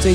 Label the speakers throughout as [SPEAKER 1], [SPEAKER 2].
[SPEAKER 1] 最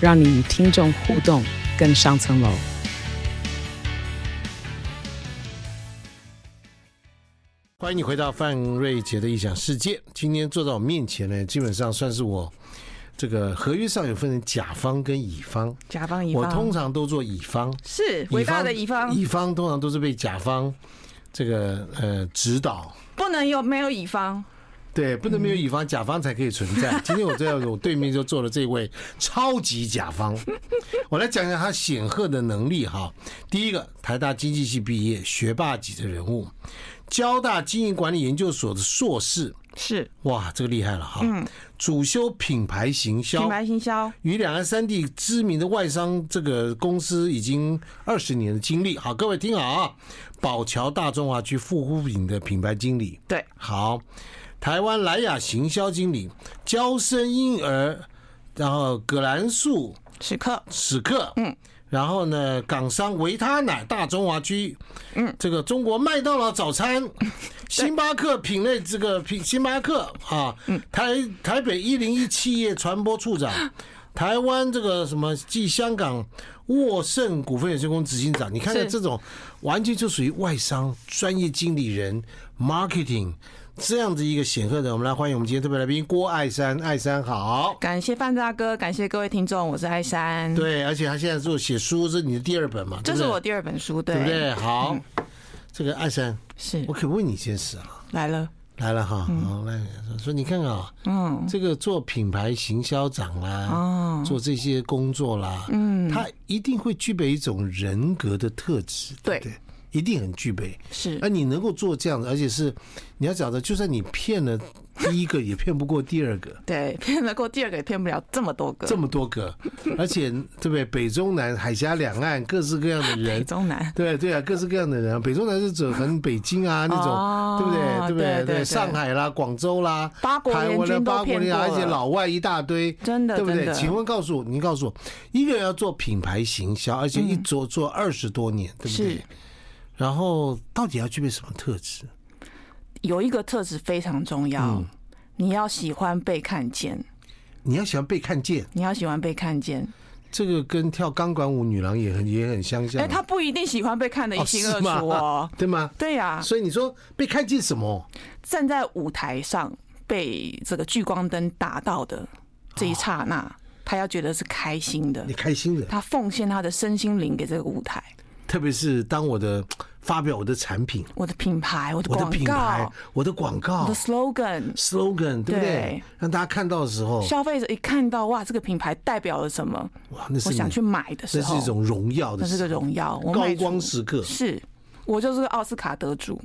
[SPEAKER 1] 让你与听众互动更上层楼。
[SPEAKER 2] 欢迎你回到范瑞杰的异想世界。今天坐到我面前呢，基本上算是我这个合约上有分成甲方跟乙方，
[SPEAKER 3] 甲方乙
[SPEAKER 2] 我
[SPEAKER 3] 方
[SPEAKER 2] 通常都做乙方。
[SPEAKER 3] 是伟大的乙方，
[SPEAKER 2] 乙方通常都是被甲方这个呃指导，
[SPEAKER 3] 不能有没有乙方，
[SPEAKER 2] 对，不能没有乙方，甲方才可以存 在。今天我在我对面就坐了这位超级甲方，我来讲讲他显赫的能力哈。第一个，台大经济系毕业，学霸级的人物，交大经营管理研究所的硕士，
[SPEAKER 3] 是
[SPEAKER 2] 哇，这个厉害了哈。主修品牌行销，
[SPEAKER 3] 嗯品牌行销，
[SPEAKER 2] 与两岸三地知名的外商这个公司已经二十年的经历。好，各位听好啊，宝桥大中华区护肤品的品牌经理，
[SPEAKER 3] 对，
[SPEAKER 2] 好，台湾莱雅行销经理，娇生婴儿，然后葛兰素
[SPEAKER 3] 时刻
[SPEAKER 2] 史克，嗯，然后呢，港商维他奶大中华区，嗯，这个中国麦当劳早 餐，星巴克品类这个品星巴克啊，台台北一零一企业传播处长，台湾这个什么继香港沃盛股份有限公司执行长，你看看
[SPEAKER 3] 是
[SPEAKER 2] 这种完全就属于外商专业经理人 marketing。这样的一个显赫的，我们来欢迎我们今天特别来宾郭爱山，爱山好，
[SPEAKER 3] 感谢范大哥，感谢各位听众，我是艾 山，，
[SPEAKER 2] 对，而且他现在做写书是你的第二本嘛？
[SPEAKER 3] 这
[SPEAKER 2] 对
[SPEAKER 3] 是
[SPEAKER 2] 不对
[SPEAKER 3] 我第二本书，
[SPEAKER 2] 对不
[SPEAKER 3] 对，嗯
[SPEAKER 2] 对？好，这个艾山，
[SPEAKER 3] 是
[SPEAKER 2] 我可以问你一件事啊？
[SPEAKER 3] 来了，
[SPEAKER 2] 来了哈，好来说，你看啊，
[SPEAKER 3] 嗯，
[SPEAKER 2] 这个做品牌行销长啦，
[SPEAKER 3] 哦，
[SPEAKER 2] 做这些工作啦，嗯，他一定会具备一种人格的特质，对不
[SPEAKER 3] 对
[SPEAKER 2] 对？一定很具备。
[SPEAKER 3] 是
[SPEAKER 2] 而你能够做这样的，而且是你要找的，就算你骗了第一个，也骗不过第二个。
[SPEAKER 3] 对，骗得过第二个也骗不了这么多个
[SPEAKER 2] 这，么多个，而且对不对？北中南海峡两岸各式各样的人
[SPEAKER 3] 北，中 南，
[SPEAKER 2] 对对啊，各式各样的人啊，北中南是指可能北京啊那种，
[SPEAKER 3] 哦
[SPEAKER 2] 对不对？对不
[SPEAKER 3] 对对
[SPEAKER 2] 对？
[SPEAKER 3] 对
[SPEAKER 2] 上海啦、广州啦、
[SPEAKER 3] 八国
[SPEAKER 2] 台
[SPEAKER 3] 联
[SPEAKER 2] 湾的
[SPEAKER 3] 军
[SPEAKER 2] 八
[SPEAKER 3] 都
[SPEAKER 2] 国
[SPEAKER 3] 骗
[SPEAKER 2] 联
[SPEAKER 3] 过
[SPEAKER 2] 啊，而且
[SPEAKER 3] 了
[SPEAKER 2] 老外一大堆，
[SPEAKER 3] 真的
[SPEAKER 2] 对不
[SPEAKER 3] 真
[SPEAKER 2] 对？
[SPEAKER 3] 的
[SPEAKER 2] 请问告诉我，您告诉我，一个人要做品牌行销，而且一做做二十多年，对不对
[SPEAKER 3] 是？
[SPEAKER 2] 然后到底要具备什么特质？
[SPEAKER 3] 有一个特质非常重
[SPEAKER 2] 嗯
[SPEAKER 3] 要，你要喜欢被看见，
[SPEAKER 2] 你要喜欢被看见，
[SPEAKER 3] 你要喜欢被看见，
[SPEAKER 2] 这个跟跳钢管舞女郎也很也很相像
[SPEAKER 3] 哎，
[SPEAKER 2] 啊，
[SPEAKER 3] 他不一定喜欢被看得
[SPEAKER 2] 哦
[SPEAKER 3] 一清二
[SPEAKER 2] 是吗
[SPEAKER 3] 楚哦，
[SPEAKER 2] 对吗？
[SPEAKER 3] 对呀，
[SPEAKER 2] 所以你说被看见什么？
[SPEAKER 3] 站在舞台上被这个聚光灯打到的这一刹那，他要觉得是开心的
[SPEAKER 2] 你，开心的，
[SPEAKER 3] 他奉献他的身心灵给这个舞台。
[SPEAKER 2] 特别是当我的发表我的产品。
[SPEAKER 3] 我的品牌，我的
[SPEAKER 2] 我的
[SPEAKER 3] 广
[SPEAKER 2] 品牌
[SPEAKER 3] 告，、
[SPEAKER 2] 我的广
[SPEAKER 3] 我
[SPEAKER 2] 告
[SPEAKER 3] 的 slogan，
[SPEAKER 2] slogan，对不对
[SPEAKER 3] 对？
[SPEAKER 2] 让大家看到的时候，
[SPEAKER 3] 消费者一看到哇，这个品牌代表了什么，
[SPEAKER 2] 哇，那是
[SPEAKER 3] 我
[SPEAKER 2] 你
[SPEAKER 3] 想去，买的时
[SPEAKER 2] 那
[SPEAKER 3] 候，
[SPEAKER 2] 是一种荣耀的
[SPEAKER 3] 那是
[SPEAKER 2] 时
[SPEAKER 3] 个荣耀，我
[SPEAKER 2] 高
[SPEAKER 3] 卖出
[SPEAKER 2] 光时刻。
[SPEAKER 3] 是。我就是个奥斯卡得主，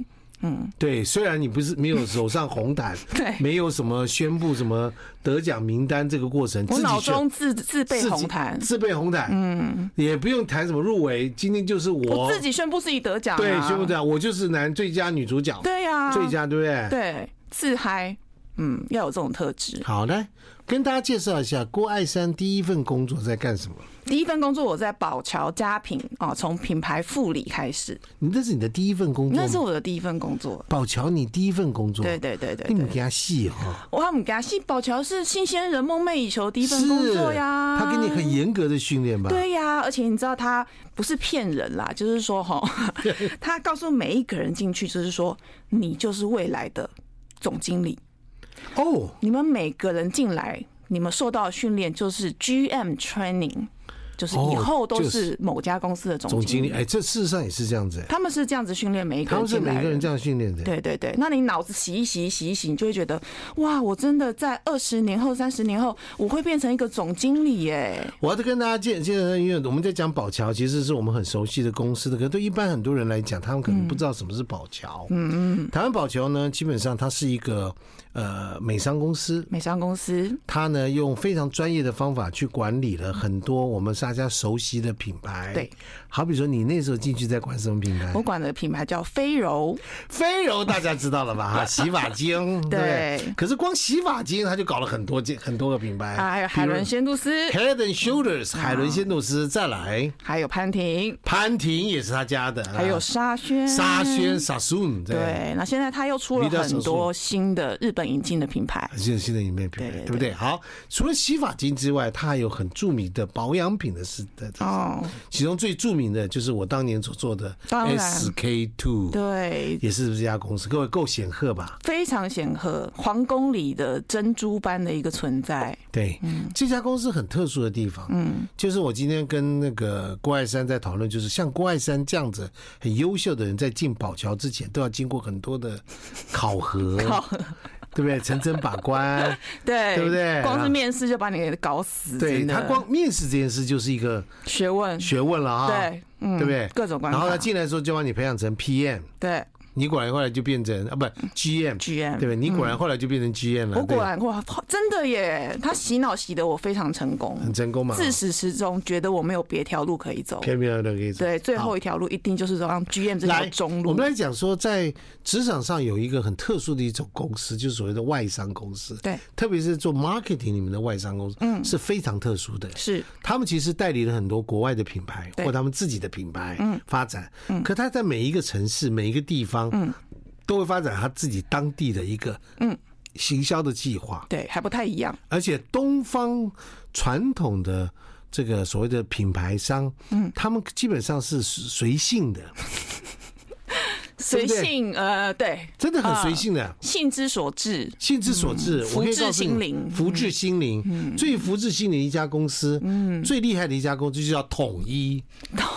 [SPEAKER 2] 对，虽然你不是没有手上红毯，
[SPEAKER 3] 对
[SPEAKER 2] 没有什么宣布什么得奖名单这个过程，
[SPEAKER 3] 我
[SPEAKER 2] 自己
[SPEAKER 3] 脑
[SPEAKER 2] 选
[SPEAKER 3] 中自自备
[SPEAKER 2] 自己
[SPEAKER 3] 红毯，
[SPEAKER 2] 自备红毯，嗯，也不用谈什么入围，今天就是我
[SPEAKER 3] 我自己宣布自己得奖、啊，
[SPEAKER 2] 对，宣布这样，我就是男最佳女主角，
[SPEAKER 3] 对呀、
[SPEAKER 2] 最佳，对不对？
[SPEAKER 3] 对，自嗨，嗯，要有这种特质。
[SPEAKER 2] 好来跟大家介绍一下郭爱山第一份工作在干什么？
[SPEAKER 3] 第一份工作我在宝桥家品啊，从品牌副理开始，
[SPEAKER 2] 你那是你的第一份工作吗？
[SPEAKER 3] 那是我的第一份工作。
[SPEAKER 2] 宝乔，你第一份工作，
[SPEAKER 3] 对对对对
[SPEAKER 2] 你
[SPEAKER 3] 对，
[SPEAKER 2] 给他戏哈，
[SPEAKER 3] 哇，我们给他信宝桥是新鲜人梦寐以求的第一份工
[SPEAKER 2] 是
[SPEAKER 3] 作呀，
[SPEAKER 2] 嗯他给你很严格的训练吧？，
[SPEAKER 3] 对呀、而且你知道他不是骗人啦，就 是说哈，他告诉每一个人进去，就是说你就是未来的总经理，
[SPEAKER 2] 哦，
[SPEAKER 3] 你们每个人进来，你们受到的训练就是 GM training，就是以
[SPEAKER 2] 哦
[SPEAKER 3] 后都
[SPEAKER 2] 就是
[SPEAKER 3] 某家公司的总
[SPEAKER 2] 总
[SPEAKER 3] 经
[SPEAKER 2] 经
[SPEAKER 3] 理。
[SPEAKER 2] 理，哎，这事实上也是这样子，哎
[SPEAKER 3] 他们是这样子训练每一个
[SPEAKER 2] 他
[SPEAKER 3] 人
[SPEAKER 2] 们是
[SPEAKER 3] 进
[SPEAKER 2] 每
[SPEAKER 3] 来
[SPEAKER 2] 个
[SPEAKER 3] 的
[SPEAKER 2] 人。这样训练的，
[SPEAKER 3] 对对对，那你脑子洗一洗、洗一洗，你就会觉得哇，我真的在二十年后、三十年后，我会变成一个总经理耶！
[SPEAKER 2] 我要再跟大家介介绍，因为我们在讲宝桥，其实是我们很熟悉的公司的，可是对一般很多人来讲，他们可能不知道什么是宝桥。嗯嗯，台湾宝桥呢，基本上它是一个呃美商公司。
[SPEAKER 3] 美商公司
[SPEAKER 2] 它呢，用非常专业的方法去管理了很多我们大家熟悉的品牌。
[SPEAKER 3] 对，
[SPEAKER 2] 好比说你那时候进去在管什么品牌
[SPEAKER 3] 我？管的品牌叫飞柔，
[SPEAKER 2] 飞柔大家知道了吧？ 哈，洗发精。
[SPEAKER 3] 对
[SPEAKER 2] 不可是光洗发精，它就搞了很多件很多个品牌，
[SPEAKER 3] 啊，还有海伦啊仙度丝，
[SPEAKER 2] Head and Shoulders 海伦仙度丝，再来
[SPEAKER 3] 还有潘婷，
[SPEAKER 2] 潘婷也是他家的，啊
[SPEAKER 3] 还有沙宣，
[SPEAKER 2] 沙宣 Sassoon 对，
[SPEAKER 3] 对，那现在他又出了
[SPEAKER 2] Vida
[SPEAKER 3] 很多新的日本引进的品牌，
[SPEAKER 2] 现新的影片品牌
[SPEAKER 3] 对对
[SPEAKER 2] 对不对？好，除了洗发精之外，它还有很著名的保养品的是的，
[SPEAKER 3] 哦，
[SPEAKER 2] 其中最著名的就是我当年所做的
[SPEAKER 3] 当然
[SPEAKER 2] SK Two，
[SPEAKER 3] 对，
[SPEAKER 2] 也是这家公司，各位够显赫吧？
[SPEAKER 3] 非常显赫，皇宫里的珍珠般的一个存在，
[SPEAKER 2] 对，
[SPEAKER 3] 嗯
[SPEAKER 2] 这家公司很特殊的地方，嗯，就是我今天跟那个郭爱山在讨论，就是像郭爱山这样子很优秀的人，在进宝桥之前都要经过很多的考 核，对不对？层层把关，
[SPEAKER 3] 对，
[SPEAKER 2] 对不对
[SPEAKER 3] 光
[SPEAKER 2] 啊
[SPEAKER 3] 是面试就把你给搞死，
[SPEAKER 2] 对
[SPEAKER 3] 真的
[SPEAKER 2] 他光面试这件事就是一个
[SPEAKER 3] 学问，
[SPEAKER 2] 学问了啊，
[SPEAKER 3] 对，嗯，
[SPEAKER 2] 对不对？
[SPEAKER 3] 各种关
[SPEAKER 2] 然后他
[SPEAKER 3] 卡，
[SPEAKER 2] 进来的时候就把你培养成 PM，
[SPEAKER 3] 对
[SPEAKER 2] 你果然后来就变成啊不 GM，对
[SPEAKER 3] ，GM，
[SPEAKER 2] 不对？你
[SPEAKER 3] 嗯
[SPEAKER 2] 果然后来就变成 GM 了，
[SPEAKER 3] 我果
[SPEAKER 2] 对
[SPEAKER 3] 然啊哇，真的耶！他洗脑洗的我非常成功，
[SPEAKER 2] 很成功嘛，
[SPEAKER 3] 自始至终觉得我没有别条路可以走。
[SPEAKER 2] 偏偏的可以走。
[SPEAKER 3] 对，最后一条路一定就是让 GM 这条
[SPEAKER 2] 来，
[SPEAKER 3] 中
[SPEAKER 2] 我
[SPEAKER 3] 路。
[SPEAKER 2] 们来讲说，在职场上有一个很特殊的一种公司，就是所谓的外商公司。
[SPEAKER 3] 对，
[SPEAKER 2] 特别是做 marketing 里面的外商公司，嗯，是非常特殊的。
[SPEAKER 3] 是
[SPEAKER 2] 他们其实代理了很多国外的品牌
[SPEAKER 3] 对嗯
[SPEAKER 2] 或他们自己的品牌发展，可他在每一个城市、每一个地方，都会发展他自己当地的一个嗯行销的计划。
[SPEAKER 3] 对，还不太一样。
[SPEAKER 2] 而且东方传统的这个所谓的品牌商，嗯，他们基本上是随性的，
[SPEAKER 3] 随
[SPEAKER 2] 对
[SPEAKER 3] 性，呃，对，
[SPEAKER 2] 真的很随性的。
[SPEAKER 3] 性之所至，
[SPEAKER 2] 性之所至，我可以告诉
[SPEAKER 3] 嗯福至心灵嗯
[SPEAKER 2] 你，福至心灵，最福至心灵的一家公司，最厉害的一家公司就叫统一，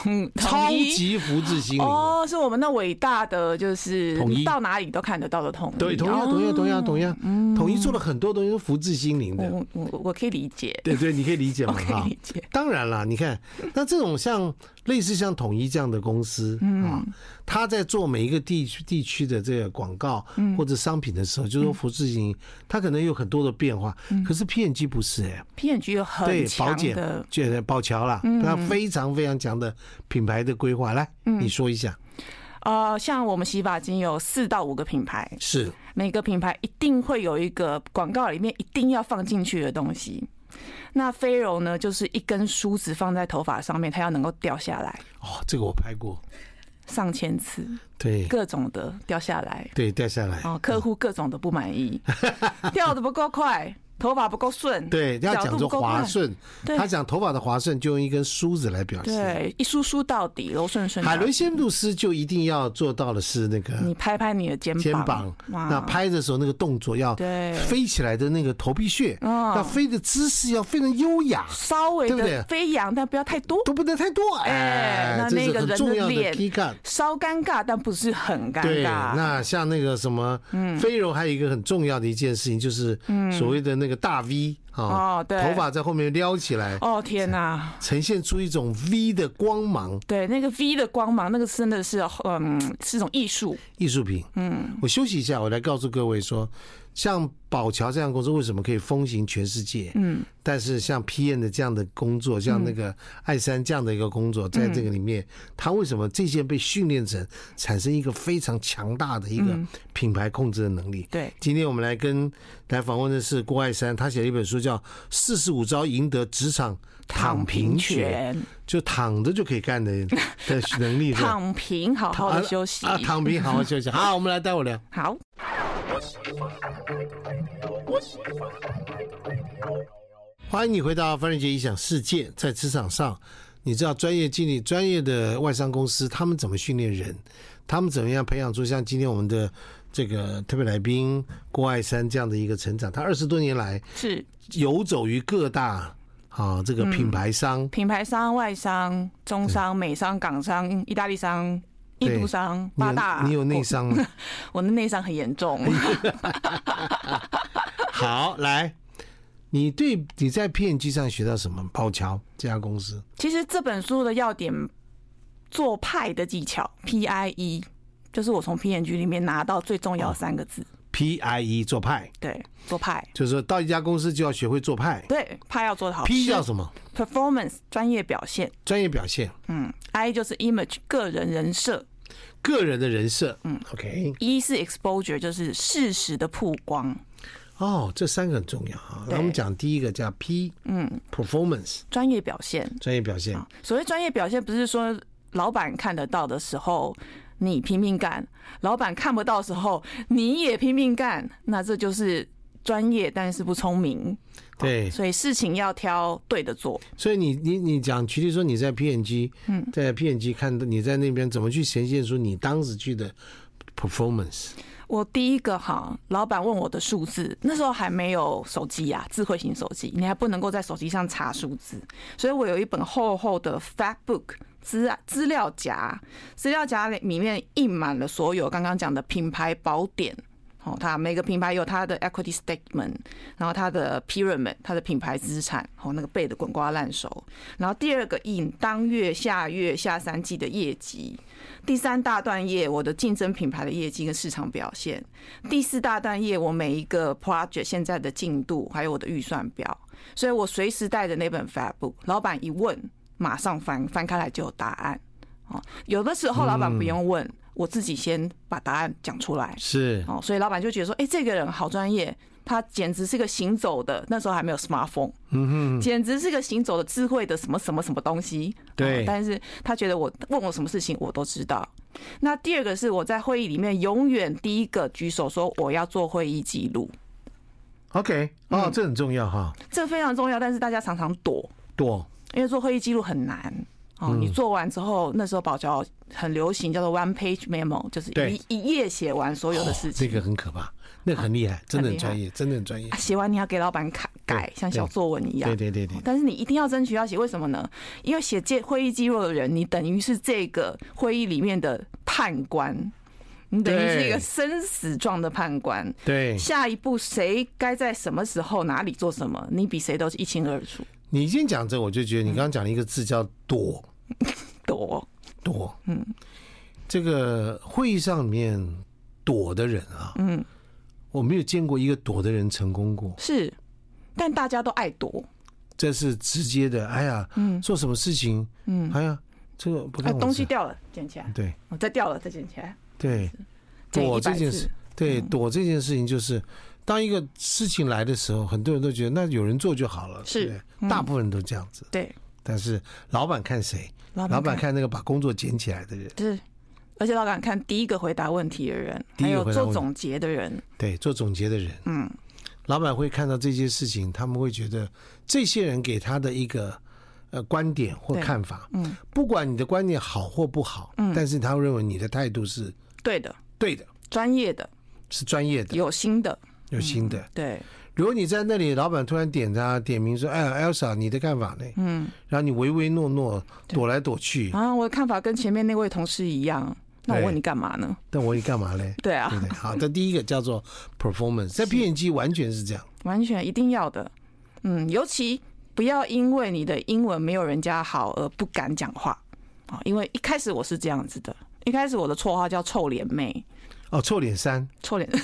[SPEAKER 3] 嗯统
[SPEAKER 2] 超
[SPEAKER 3] 统一。
[SPEAKER 2] 级福至心灵的。
[SPEAKER 3] 哦，是我们那伟大的，就是
[SPEAKER 2] 统一
[SPEAKER 3] 到哪里都看得到的统一。
[SPEAKER 2] 对，同样，
[SPEAKER 3] 哦嗯
[SPEAKER 2] 同样，同样，同样，统一做了很多东西都福至心灵的。
[SPEAKER 3] 我我我可以理解，
[SPEAKER 2] 对对，你可以理解
[SPEAKER 3] 我
[SPEAKER 2] 吗？
[SPEAKER 3] 可
[SPEAKER 2] 哈
[SPEAKER 3] 以理，解。
[SPEAKER 2] 当然啦，你看，那这种像类似像统一这样的公司
[SPEAKER 3] 嗯
[SPEAKER 2] 啊，他在做每一个地区地区的这个广告
[SPEAKER 3] 嗯
[SPEAKER 2] 或者商品的时候，就说福至心灵，它可能有很多的变化。
[SPEAKER 3] 嗯
[SPEAKER 2] 可是 P&G 不是哎、
[SPEAKER 3] P&G 有
[SPEAKER 2] 对
[SPEAKER 3] 很，
[SPEAKER 2] 保
[SPEAKER 3] 强
[SPEAKER 2] 险
[SPEAKER 3] 的，嗯
[SPEAKER 2] 就是宝桥啦，它非常非常强的品牌的规划。来，你说一下，
[SPEAKER 3] 呃，像我们洗发精有四到五个品牌，
[SPEAKER 2] 是
[SPEAKER 3] 每个品牌一定会有一个广告里面一定要放进去的东西。那飞柔呢，就是一根梳子放在头发上面，它要能够掉下来
[SPEAKER 2] 哦，这个我拍过，
[SPEAKER 3] 上千次，
[SPEAKER 2] 对
[SPEAKER 3] 各种的掉下来，
[SPEAKER 2] 对，掉下来，
[SPEAKER 3] 哦，客户各种的不 满意，掉的不够快，头发不够顺，
[SPEAKER 2] 对，要
[SPEAKER 3] 角
[SPEAKER 2] 讲
[SPEAKER 3] 度
[SPEAKER 2] 说
[SPEAKER 3] 不够
[SPEAKER 2] 滑
[SPEAKER 3] 快，
[SPEAKER 2] 顺，
[SPEAKER 3] 对
[SPEAKER 2] 他讲头发的滑顺就用一根梳子来表现。
[SPEAKER 3] 对，一梳梳到底，柔顺顺到
[SPEAKER 2] 海
[SPEAKER 3] 底。
[SPEAKER 2] 伦仙度斯就一定要做到的是那个
[SPEAKER 3] 你拍拍你的肩膀，
[SPEAKER 2] 肩膀，
[SPEAKER 3] 哇
[SPEAKER 2] 那拍的时候那个动作要
[SPEAKER 3] 对嗯
[SPEAKER 2] 飞起来的那个头皮屑，那飞的姿势要非常优雅，
[SPEAKER 3] 稍微
[SPEAKER 2] 对不对
[SPEAKER 3] 的飞扬，但不要太多，
[SPEAKER 2] 都不能太多，
[SPEAKER 3] 哎
[SPEAKER 2] 哎
[SPEAKER 3] 那，
[SPEAKER 2] 这
[SPEAKER 3] 那
[SPEAKER 2] 是
[SPEAKER 3] 个
[SPEAKER 2] 很
[SPEAKER 3] 人
[SPEAKER 2] 重
[SPEAKER 3] 的
[SPEAKER 2] 要的
[SPEAKER 3] 脸
[SPEAKER 2] key guard。
[SPEAKER 3] 稍尴尬，但不是很尴
[SPEAKER 2] 对，
[SPEAKER 3] 尬。嗯
[SPEAKER 2] 那像那个什么，飞柔还有一个很重要的一件事情，就是所谓的那个大 V 啊，
[SPEAKER 3] 哦对
[SPEAKER 2] 头发在后面撩起来，
[SPEAKER 3] 哦天哪、
[SPEAKER 2] 呈现出一种 V 的光芒
[SPEAKER 3] 对，那个 V 的光芒，那个真的是，嗯，是一种艺术。
[SPEAKER 2] 艺术品。嗯，我休息一下，我来告诉各位说，像宝桥这样的公司为什么可以风行全世界？嗯，但是像 PM 的这样的工作，像那个艾山这样的一个工作，在这个里面，他为什么这些被训练成产生一个非常强大的一个品牌控制的能力？
[SPEAKER 3] 对，
[SPEAKER 2] 今天我们来跟来访问的是郭爱山，他写了一本书叫《四十五招赢得职场躺平学》，就躺着就可以干 的的能力是吧。
[SPEAKER 3] 躺平，好好的休息。
[SPEAKER 2] 啊啊，躺平，好好 休息。好，我们来待会聊。
[SPEAKER 3] 好，
[SPEAKER 2] 欢迎你回到范仁杰影响世界，在职场上，你知道专业经理、专业的外商公司他们怎么训练人，他们怎么样培养出像今天我们的这个特别来宾郭爱山这样的一个成长？他二十多年来
[SPEAKER 3] 是
[SPEAKER 2] 游走于各大啊这个
[SPEAKER 3] 嗯
[SPEAKER 2] 品牌商。
[SPEAKER 3] 品牌商、外商、中商、美商、港商、意大利商、印度商、
[SPEAKER 2] 你
[SPEAKER 3] 八
[SPEAKER 2] 有
[SPEAKER 3] 大。啊哦
[SPEAKER 2] 你有内
[SPEAKER 3] 我？
[SPEAKER 2] 伤 吗？
[SPEAKER 3] 我的内伤很严重。
[SPEAKER 2] 好，来，你对你在 PNG 上学到什么？宝桥这家公司，
[SPEAKER 3] 其实这本书的要点，做 E，派的技巧 （PIE），就是我从 PNG 里面拿到最重要的三个字。
[SPEAKER 2] P I E 做派，
[SPEAKER 3] 对，做派，
[SPEAKER 2] 就是说到一家公司就要学会做派。
[SPEAKER 3] 对，派要做得好吃。
[SPEAKER 2] P 叫什么？
[SPEAKER 3] performance 专业表现，
[SPEAKER 2] 专业表现，
[SPEAKER 3] 嗯，I 就是 image 个人人设
[SPEAKER 2] 个人的人设。嗯，OK。
[SPEAKER 3] ，E 是 exposure 就是事实的曝光，
[SPEAKER 2] 哦，这三个很重要啊。那我们讲第一个叫 P，嗯，performance
[SPEAKER 3] 专业表现。
[SPEAKER 2] 专业表现。
[SPEAKER 3] 所谓专业表现，不是说老板看得到的时候你拼命干，老板看不到的时候你也拼命干，那这就是专业，但是不聪明。
[SPEAKER 2] 对，
[SPEAKER 3] 所以事情要挑对的做。
[SPEAKER 2] 所以你你你讲，举例说你在 PNG，嗯，在 PNG 看你在那边怎么去呈现出你当时去的 performance，
[SPEAKER 3] 我第一个哈，老板问我的数字，那时候还没有手机啊，智慧型手机，你还不能够在手机上查数字，所以我有一本厚厚的 fact book 资资料夹，资料夹里里面印满了所有刚刚讲的品牌宝典。哦，它每个品牌有它的 equity statement，然后它的 pyramid，它的品牌资产，哦，那个背的滚瓜烂熟。然后第二个印当月、下月、下三季的业绩，第三大段页我的竞争品牌的业绩跟市场表现，第四大段页我每一个 project 现在的进度，还有我的预算表，所以我随时带着那本 f a b o o k 老板一问，马上翻翻开来就有答案。哦，有的时候老板不用问，我自己先把答案讲出来。
[SPEAKER 2] 是
[SPEAKER 3] 哦，所以老板就觉得说，哎、这个人好专业，他简直是个行走的，那时候还没有 smartphone，嗯哼，简直是个行走的智慧的什么什么什么东西。
[SPEAKER 2] 对
[SPEAKER 3] 哦但是他觉得我问我什么事情我都知道。那第二个是我在会议里面永远第一个举手说我要做会议记录，
[SPEAKER 2] OK，哦，
[SPEAKER 3] 嗯
[SPEAKER 2] 这很重要哈。
[SPEAKER 3] 这非常重要，但是大家常常躲，
[SPEAKER 2] 多
[SPEAKER 3] 因为做会议记录很难。哦，你做完之后，那时候宝桥很流行叫做 one page memo，就是
[SPEAKER 2] 对哦
[SPEAKER 3] 一一页写完所有的事情。
[SPEAKER 2] 这个很可怕，那个很厉害，真的很
[SPEAKER 3] 很厉害
[SPEAKER 2] 专业，真的很专业
[SPEAKER 3] 啊。写完你要给老板改改，像小作文一样。
[SPEAKER 2] 对对对对
[SPEAKER 3] 但是你一定要争取要写，为什么呢？因为写这会议记录的人，你等于是这个会议里面的判官，你等于
[SPEAKER 2] 对
[SPEAKER 3] 是一个生死状的判官。
[SPEAKER 2] 对，
[SPEAKER 3] 下一步谁该在什么时候哪里做什么，你比谁都一清二楚。
[SPEAKER 2] 你一讲这，我就觉得你刚刚讲了一个字叫躲
[SPEAKER 3] 躲
[SPEAKER 2] 躲。嗯，这个会议上面躲的人啊，嗯，我没有见过一个躲的人成功过。
[SPEAKER 3] 是，但大家都爱躲，
[SPEAKER 2] 这是直接的，哎呀，嗯，做什么事情，嗯，哎呀，这个不
[SPEAKER 3] 啊
[SPEAKER 2] 干，我
[SPEAKER 3] 东
[SPEAKER 2] 事
[SPEAKER 3] 西，掉了捡起来，
[SPEAKER 2] 对
[SPEAKER 3] 哦再掉了再捡起来，
[SPEAKER 2] 对，
[SPEAKER 3] 捡
[SPEAKER 2] 躲
[SPEAKER 3] 一
[SPEAKER 2] 这
[SPEAKER 3] 百嗯
[SPEAKER 2] 件
[SPEAKER 3] 次
[SPEAKER 2] 事。，对躲这件事情，就是当一个事情来的时候，很多人都觉得那有人做就好了，对
[SPEAKER 3] 是
[SPEAKER 2] 不对大部分人都这样子。
[SPEAKER 3] 对，
[SPEAKER 2] 但是老板看谁？
[SPEAKER 3] 老
[SPEAKER 2] 老
[SPEAKER 3] 板
[SPEAKER 2] 板看那个把工作捡起来的人，
[SPEAKER 3] 是，而且老板看第一个回答问题的人，
[SPEAKER 2] 第一
[SPEAKER 3] 还
[SPEAKER 2] 个
[SPEAKER 3] 有
[SPEAKER 2] 回答问题
[SPEAKER 3] 做总结的人，
[SPEAKER 2] 对，做总结的人，
[SPEAKER 3] 嗯，
[SPEAKER 2] 老板会看到这些事情，他们会觉得这些人给他的一个呃观点或
[SPEAKER 3] 对
[SPEAKER 2] 看法，嗯，不管你的观点好或不好，嗯，但是他会认为你的态度是
[SPEAKER 3] 对的，
[SPEAKER 2] 对的，
[SPEAKER 3] 专业的，
[SPEAKER 2] 是专业的，
[SPEAKER 3] 有嗯心的，
[SPEAKER 2] 有心的。
[SPEAKER 3] 对
[SPEAKER 2] 如果你在那里，老板突然点他点名说：“哎，Elsa，你的看法呢？”嗯，然后你唯唯诺诺，躲来躲去，
[SPEAKER 3] 啊，我的看法跟前面那位同事一样，那我
[SPEAKER 2] 对
[SPEAKER 3] 问你干嘛呢？
[SPEAKER 2] 但我也干嘛嘞？
[SPEAKER 3] 对啊
[SPEAKER 2] 对，不对？好，这第一个叫做 performance，在 PNG 完全是这样。
[SPEAKER 3] 完全一定要的，嗯，尤其不要因为你的英文没有人家好而不敢讲话啊，因为一开始我是这样子的，一开始我的绰号叫臭脸妹，
[SPEAKER 2] 哦，臭脸三，
[SPEAKER 3] 臭脸。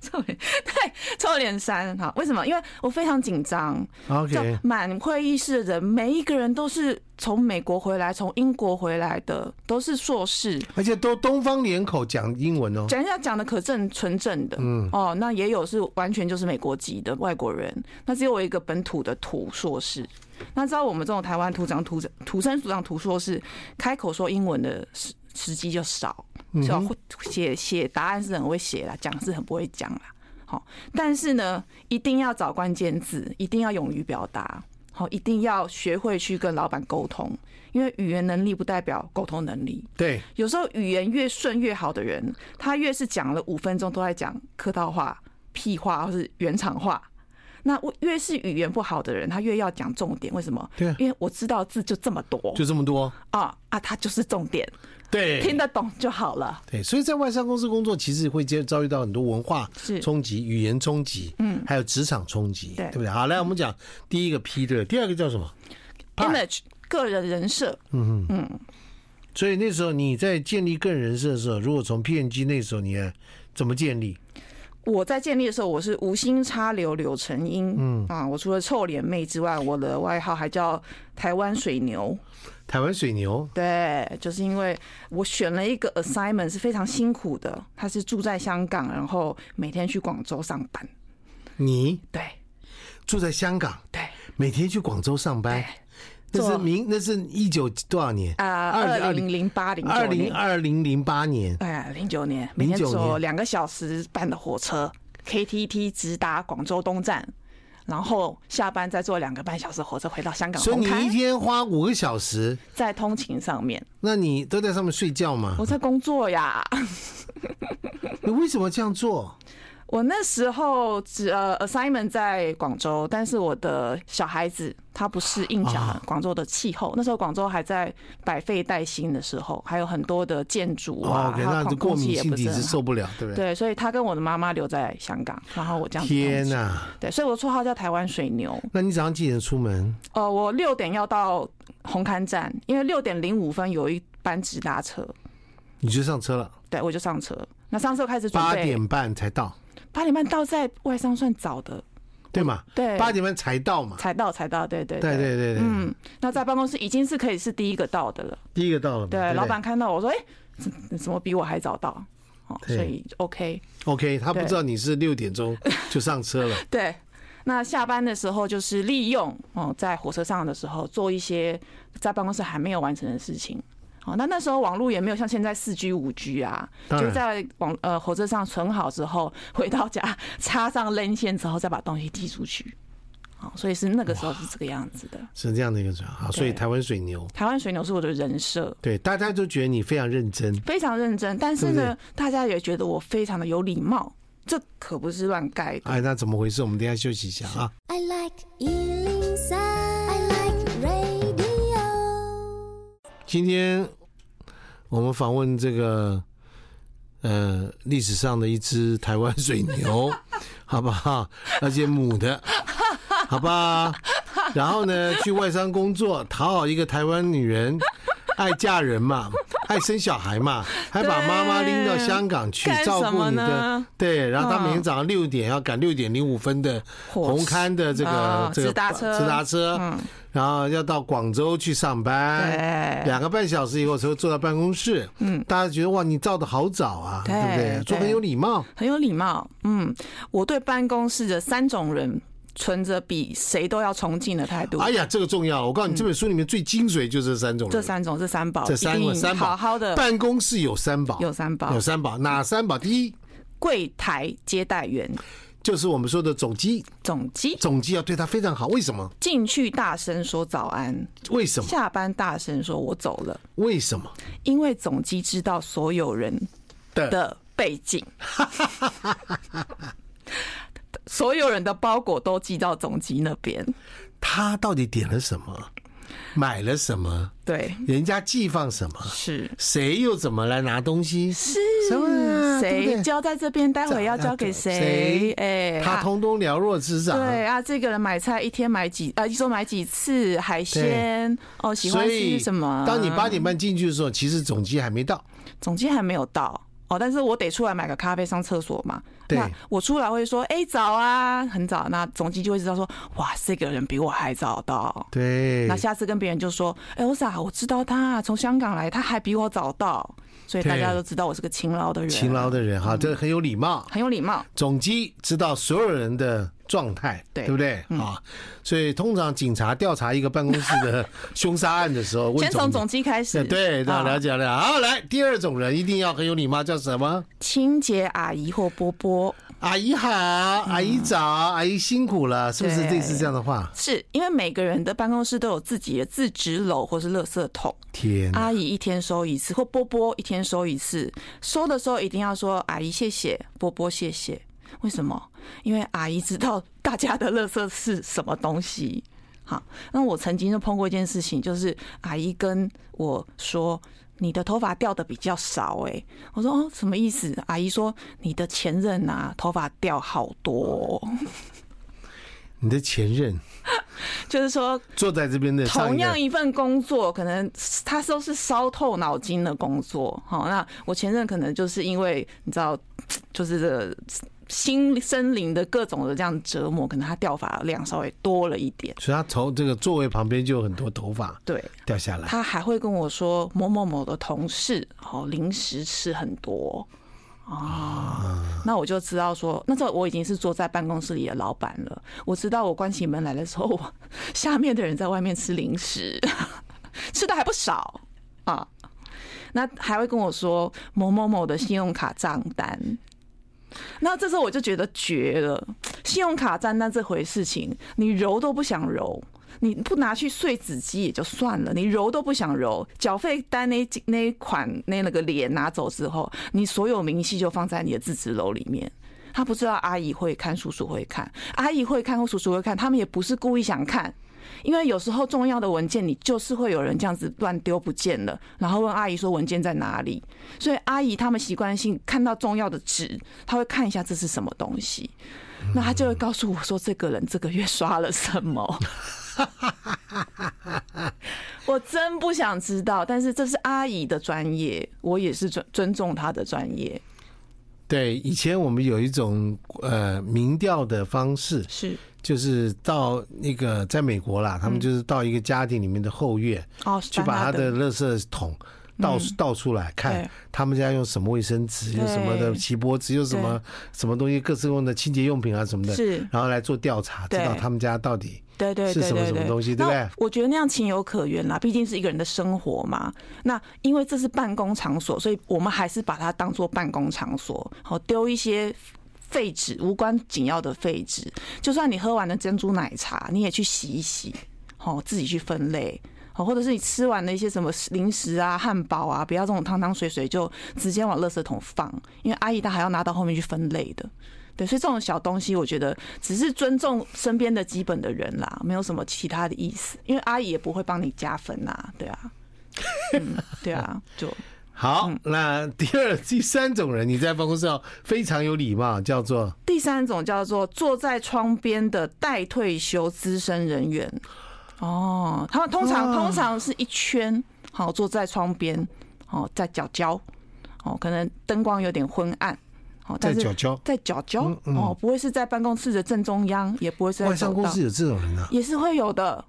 [SPEAKER 3] 臭脸， 对，臭脸三哈，为什么？因为我非常紧张，就
[SPEAKER 2] OK，
[SPEAKER 3] 满会议室的人，每一个人都是从美国回来、从英国回来的，都是硕士。
[SPEAKER 2] 而且都东方脸口讲英文哦，
[SPEAKER 3] 讲一下讲的可正纯正的，嗯，哦，那也有是完全就是美国籍的外国人，那只有我一个本土的土硕士。那知道我们这种台湾土长土土生土长土硕士，开口说英文的时时机就少，所以要会写写答案是很会写啦，讲是很不会讲啦。好，但是呢，一定要找关键字，一定要勇于表达，好，一定要学会去跟老板沟通，因为语言能力不代表沟通能力。
[SPEAKER 2] 对，
[SPEAKER 3] 有时候语言越顺越好的人，他越是讲了五分钟都在讲客套话、屁话或是原厂话。那我越是语言不好的人，他越要讲重点。为什么？
[SPEAKER 2] 对啊
[SPEAKER 3] 因为我知道字就这么多
[SPEAKER 2] 就这哎么多，
[SPEAKER 3] 啊啊，它就是重点，听
[SPEAKER 2] 对，
[SPEAKER 3] 得懂就好了。
[SPEAKER 2] 对，所以在外商公司工作，其实会接遭遇到很多文化
[SPEAKER 3] 是
[SPEAKER 2] 冲击、语言冲击，嗯，还有职场冲击，
[SPEAKER 3] 对
[SPEAKER 2] 不对？好，来，我们讲第一个 P 对，第二个叫什么？派
[SPEAKER 3] Image 个人人设，
[SPEAKER 2] 所以那时候你在建立个人人设的时候，如果从 PNG 那时候你呃怎么建立？
[SPEAKER 3] 我在建立的时候，我是无心插柳柳成荫，嗯啊，我除了臭脸妹之外，我的外号还叫台湾水牛。
[SPEAKER 2] 台湾水牛，
[SPEAKER 3] 对，就是因为我选了一个 assignment 是非常辛苦的，他是住在香港，然后每天去广州上班。
[SPEAKER 2] 你
[SPEAKER 3] 对
[SPEAKER 2] 住在香港，
[SPEAKER 3] 对，
[SPEAKER 2] 每天去广州上班，那是
[SPEAKER 3] 做
[SPEAKER 2] 明，那是一九多少年？
[SPEAKER 3] 啊，
[SPEAKER 2] 二
[SPEAKER 3] 二
[SPEAKER 2] 零
[SPEAKER 3] 零零八零
[SPEAKER 2] 二
[SPEAKER 3] 九
[SPEAKER 2] 零
[SPEAKER 3] 年，
[SPEAKER 2] 二零零八年，
[SPEAKER 3] 哎，零九年，每天
[SPEAKER 2] 09
[SPEAKER 3] 坐
[SPEAKER 2] 年
[SPEAKER 3] 两个小时半的火车，KTT 直达广州东站，然后下班再坐两个半小时火车回到香港
[SPEAKER 2] 所以
[SPEAKER 3] 红
[SPEAKER 2] 你
[SPEAKER 3] 磡
[SPEAKER 2] 一天花五个小时，
[SPEAKER 3] 在通勤上面，
[SPEAKER 2] 那你都在上面睡觉吗
[SPEAKER 3] 我？在工作呀。
[SPEAKER 2] 你为什么这样做？
[SPEAKER 3] 我那时候只呃 assignment 在广州，但是我的小孩子他不适应小
[SPEAKER 2] 啊
[SPEAKER 3] 孩广州的气候。那时候广州还在百废待兴的时候，还有很多的建筑
[SPEAKER 2] 哦
[SPEAKER 3] 啊，
[SPEAKER 2] ，OK，
[SPEAKER 3] 还有
[SPEAKER 2] 那这
[SPEAKER 3] 空
[SPEAKER 2] 过
[SPEAKER 3] 空气
[SPEAKER 2] 敏
[SPEAKER 3] 也
[SPEAKER 2] 性
[SPEAKER 3] 不
[SPEAKER 2] 体
[SPEAKER 3] 是
[SPEAKER 2] 质
[SPEAKER 3] 很
[SPEAKER 2] 受
[SPEAKER 3] 好。
[SPEAKER 2] 不了，对不对？
[SPEAKER 3] 对，所以他跟我的妈妈留在香港，然后我这样子
[SPEAKER 2] 天
[SPEAKER 3] 哪！
[SPEAKER 2] 哪！
[SPEAKER 3] 对，所以我绰号叫台湾水牛。
[SPEAKER 2] 那你早上几点出门？
[SPEAKER 3] 呃，我六点要到红磡站，因为六点零五分有一班直达车，
[SPEAKER 2] 你就上车了，
[SPEAKER 3] 对我就上车。那上车开始准
[SPEAKER 2] 八
[SPEAKER 3] 备，
[SPEAKER 2] 点半才到，
[SPEAKER 3] 八点半到在外商算早的，
[SPEAKER 2] 对吗？
[SPEAKER 3] 对，
[SPEAKER 2] 八点半才到嘛？
[SPEAKER 3] 才到才到，对对
[SPEAKER 2] 对对对对，
[SPEAKER 3] 嗯，那在办公室已经是可以是第一个到的了。
[SPEAKER 2] 第一个到了嘛，嗯
[SPEAKER 3] 对，
[SPEAKER 2] 对不对，
[SPEAKER 3] 老板看到我说：“哎、怎你怎么比我还早到？”哦，
[SPEAKER 2] 对
[SPEAKER 3] 所以 OK。
[SPEAKER 2] OK，他不
[SPEAKER 3] 对
[SPEAKER 2] 知道你是六点 钟就上车了，
[SPEAKER 3] 对，那下班的时候就是利用哦，在火车上的时候做一些在办公室还没有完成的事情。哦，那那时候网络也没有像现在四 G、五 G 啊，
[SPEAKER 2] 当
[SPEAKER 3] 就
[SPEAKER 2] 然
[SPEAKER 3] 在网呃火车上存好之后，回到家插上 LAN 线之后，再把东西递出去。哦，所以是那个时候是这个样子的。
[SPEAKER 2] 是这样的一个状况。好所以台湾水牛，
[SPEAKER 3] 台湾水牛是我的人设，
[SPEAKER 2] 对大家都觉得你非常认真，
[SPEAKER 3] 非常认真，但是
[SPEAKER 2] 对不对
[SPEAKER 3] 呢，大家也觉得我非常的有礼貌，这可不是乱盖的。
[SPEAKER 2] 哎，那怎么回事？我们等一下休息一下啊。
[SPEAKER 4] I like Ealing Sound. I like radio.
[SPEAKER 2] 今天我们访问这个呃历史上的一只台湾水牛， 好不好？而且母的， 好吧？然后呢，去外商工作，讨好一个台湾女人，爱嫁人 嘛，爱生小孩嘛，还把
[SPEAKER 3] 对
[SPEAKER 2] 妈妈拎到香港去
[SPEAKER 3] 干
[SPEAKER 2] 照
[SPEAKER 3] 什
[SPEAKER 2] 顾
[SPEAKER 3] 么
[SPEAKER 2] 你的
[SPEAKER 3] 呢。
[SPEAKER 2] 对，然后他
[SPEAKER 3] 嗯
[SPEAKER 2] 每天早上六点要赶六点零五分的
[SPEAKER 3] 火
[SPEAKER 2] 红磡的这个
[SPEAKER 3] 啊
[SPEAKER 2] 这个
[SPEAKER 3] 直达车
[SPEAKER 2] 直达车，然后要到广州去上班。
[SPEAKER 3] 嗯对
[SPEAKER 2] 两个半小时以后才会坐到办公室。嗯，大家觉得哇，你照的好早啊，对
[SPEAKER 3] 对
[SPEAKER 2] 不对？
[SPEAKER 3] 对
[SPEAKER 2] 做很有礼貌。
[SPEAKER 3] 很有礼貌。嗯，我对办公室的三种人存着比谁都要崇敬的态度。
[SPEAKER 2] 哎呀，这个重要！我告诉你，这本书里面最精髓就是这三种人。
[SPEAKER 3] 这三种，这三宝，
[SPEAKER 2] 这三
[SPEAKER 3] 嗯一
[SPEAKER 2] 个
[SPEAKER 3] 定
[SPEAKER 2] 三宝，
[SPEAKER 3] 好好的
[SPEAKER 2] 办公室有三宝，
[SPEAKER 3] 有三宝
[SPEAKER 2] 有，三宝，哪三宝？第一
[SPEAKER 3] 柜台接待员、
[SPEAKER 2] 就是我们说的总机，
[SPEAKER 3] 总机
[SPEAKER 2] 总机要对他非常好。为什么？
[SPEAKER 3] 进去大声说早安，
[SPEAKER 2] 为什么？
[SPEAKER 3] 下班大声说我走了，
[SPEAKER 2] 为什么？
[SPEAKER 3] 因为总机知道所有人
[SPEAKER 2] 的
[SPEAKER 3] 的背景，所有人的包裹都寄到总机那边。
[SPEAKER 2] 他到底点了什么？买了什么？
[SPEAKER 3] 对，
[SPEAKER 2] 人家寄放什么？
[SPEAKER 3] 是
[SPEAKER 2] 谁又怎么来拿东西？
[SPEAKER 3] 是
[SPEAKER 2] 什么啊对不
[SPEAKER 3] 嗯谁
[SPEAKER 2] 对
[SPEAKER 3] 交在这边，待会要交给谁？哎，
[SPEAKER 2] 他
[SPEAKER 3] 啊
[SPEAKER 2] 通通了若指掌。
[SPEAKER 3] 对啊，这个人买菜一天买几呃，一周买几次海鲜？哦，喜
[SPEAKER 2] 所
[SPEAKER 3] 欢
[SPEAKER 2] 以
[SPEAKER 3] 吃什么？
[SPEAKER 2] 当你八点半进去的时候，其实总机还没到。
[SPEAKER 3] 总机还没有到哦，但是我得出来买个咖啡上厕所嘛。
[SPEAKER 2] 对
[SPEAKER 3] 那我出来会说，哎、早啊，很早。那总机就会知道说，哇，这个人比我还早到。
[SPEAKER 2] 对
[SPEAKER 3] 那，下次跟别人就说：“哎、我傻，我知道他从香港来，他还比我早到，所以大家
[SPEAKER 2] 对
[SPEAKER 3] 都知道我是个勤劳的人，嗯
[SPEAKER 2] 勤劳的人哈，这很有礼貌。
[SPEAKER 3] 很有礼貌。
[SPEAKER 2] 总机知道所有人的状态，
[SPEAKER 3] 对嗯
[SPEAKER 2] 对不对啊？所以通常警察调查一个办公室 的凶杀案的时候，问
[SPEAKER 3] 先从
[SPEAKER 2] 总
[SPEAKER 3] 总
[SPEAKER 2] 机
[SPEAKER 3] 机开始，
[SPEAKER 2] 对，那
[SPEAKER 3] 啊
[SPEAKER 2] 了解了解。好，来第二种人一定要很有礼貌，叫什
[SPEAKER 3] 嗯
[SPEAKER 2] 么？
[SPEAKER 3] 清洁阿姨或波波，
[SPEAKER 2] 阿姨好，阿姨早，阿姨辛苦了，是不是
[SPEAKER 3] 对
[SPEAKER 2] 类似这样的话？
[SPEAKER 3] 是因为每个人的办公室都有自己的自纸篓或是垃圾桶，
[SPEAKER 2] 天哪，
[SPEAKER 3] 阿姨一天收一次，或波波一天收一次。收的时候一定要说阿姨谢谢，波波谢谢。为什么？因为阿姨知道大家的垃圾是什么东西。好，那我曾经就碰过一件事情，就是阿姨跟我说。你的头发掉的比较少哎、我说哦什么意思？阿姨说你的前任啊头发掉好多、哦，
[SPEAKER 2] 你的前任
[SPEAKER 3] 就是说
[SPEAKER 2] 坐在这边的上
[SPEAKER 3] 同
[SPEAKER 2] 一
[SPEAKER 3] 样
[SPEAKER 2] 个
[SPEAKER 3] 一份工作，可能他都是烧透脑筋的工作。好，那我前任可能就是因为你知道，就是这个心生灵的各种的这样折磨，可能他掉发量稍微多了一点。
[SPEAKER 2] 所以他头这个座位旁边就有很多头发
[SPEAKER 3] 对，
[SPEAKER 2] 掉下来。
[SPEAKER 3] 他还会跟我说某某某的同事哦，零食吃很多哦，那我就知道说，那时候我已经是坐在办公室里的老板了，我知道我关起门来的时候，我下面的人在外面吃零食， 吃的还不少啊。那还会跟我说某某某的信用卡账单，那这时候我就觉得绝了，信用卡账单这回事情，你揉都不想揉，你不拿去碎纸机也就算了，你揉都不想揉，缴费单那一那一款那那个脸拿走之后，你所有明细就放在你的自职楼里面。他不知道阿姨会看，叔叔会看，阿姨会看或叔叔会看，他们也不是故意想看，因为有时候重要的文件你就是会有人这样子乱丢不见了，然后问阿姨说文件在哪里，所以阿姨他们习惯性看到重要的纸，他会看一下这是什么东西，那他就会告诉我说这个人这个月刷了什么。我真不想知道，但是这是阿姨的专业，我也是尊尊重她的专业。
[SPEAKER 2] 对，以前我们有一种呃民调的方式，
[SPEAKER 3] 是
[SPEAKER 2] 就是到那个在美国
[SPEAKER 3] 嗯
[SPEAKER 2] 啦，他们就是到一个家庭里面的后院，
[SPEAKER 3] 哦，
[SPEAKER 2] 去把他的垃圾桶倒倒出来看
[SPEAKER 3] 嗯对，
[SPEAKER 2] 他们家用什么卫生纸，
[SPEAKER 3] 对
[SPEAKER 2] 用什么的锡箔纸，用什么什么东西，各式各样的清洁用品啊什么的，
[SPEAKER 3] 是
[SPEAKER 2] 然后来做调查，知
[SPEAKER 3] 对
[SPEAKER 2] 道他们家到底
[SPEAKER 3] 对对对
[SPEAKER 2] 是什么
[SPEAKER 3] 对
[SPEAKER 2] 什么
[SPEAKER 3] 对
[SPEAKER 2] 东西对不对
[SPEAKER 3] 那我觉得那样情有可原啦，毕竟是一个人的生活嘛。那因为这是办公场所，所以我们还是把它当做办公场所，好丢一些。废纸无关紧要的废纸，就算你喝完了珍珠奶茶，你也去洗一洗，好自己去分类，好或者是你吃完了一些什么零食啊、汉堡啊，不要这种汤汤水水就直接往垃圾桶放，因为阿姨她还要拿到后面去分类的。对，所以这种小东西，我觉得只是尊重身边的基本的人啦，没有什么其他的意思。因为阿姨也不会帮你加分呐、对啊，嗯，对啊，就
[SPEAKER 2] 好，那第二、第三种人，你在办公室要非常有礼貌，叫做
[SPEAKER 3] 第三种叫做坐在窗边的待退休资深人员。哦，他们通常通常是一圈，好坐在窗边，哦，在角角，哦，可能灯光有点昏暗，哦，但
[SPEAKER 2] 在
[SPEAKER 3] 是
[SPEAKER 2] 角角。嗯
[SPEAKER 3] 在角角，哦，不会是在办公室的正中央，也不会是在
[SPEAKER 2] 外商
[SPEAKER 3] 走
[SPEAKER 2] 公
[SPEAKER 3] 道
[SPEAKER 2] 司有这种人啊，
[SPEAKER 3] 也是会有的。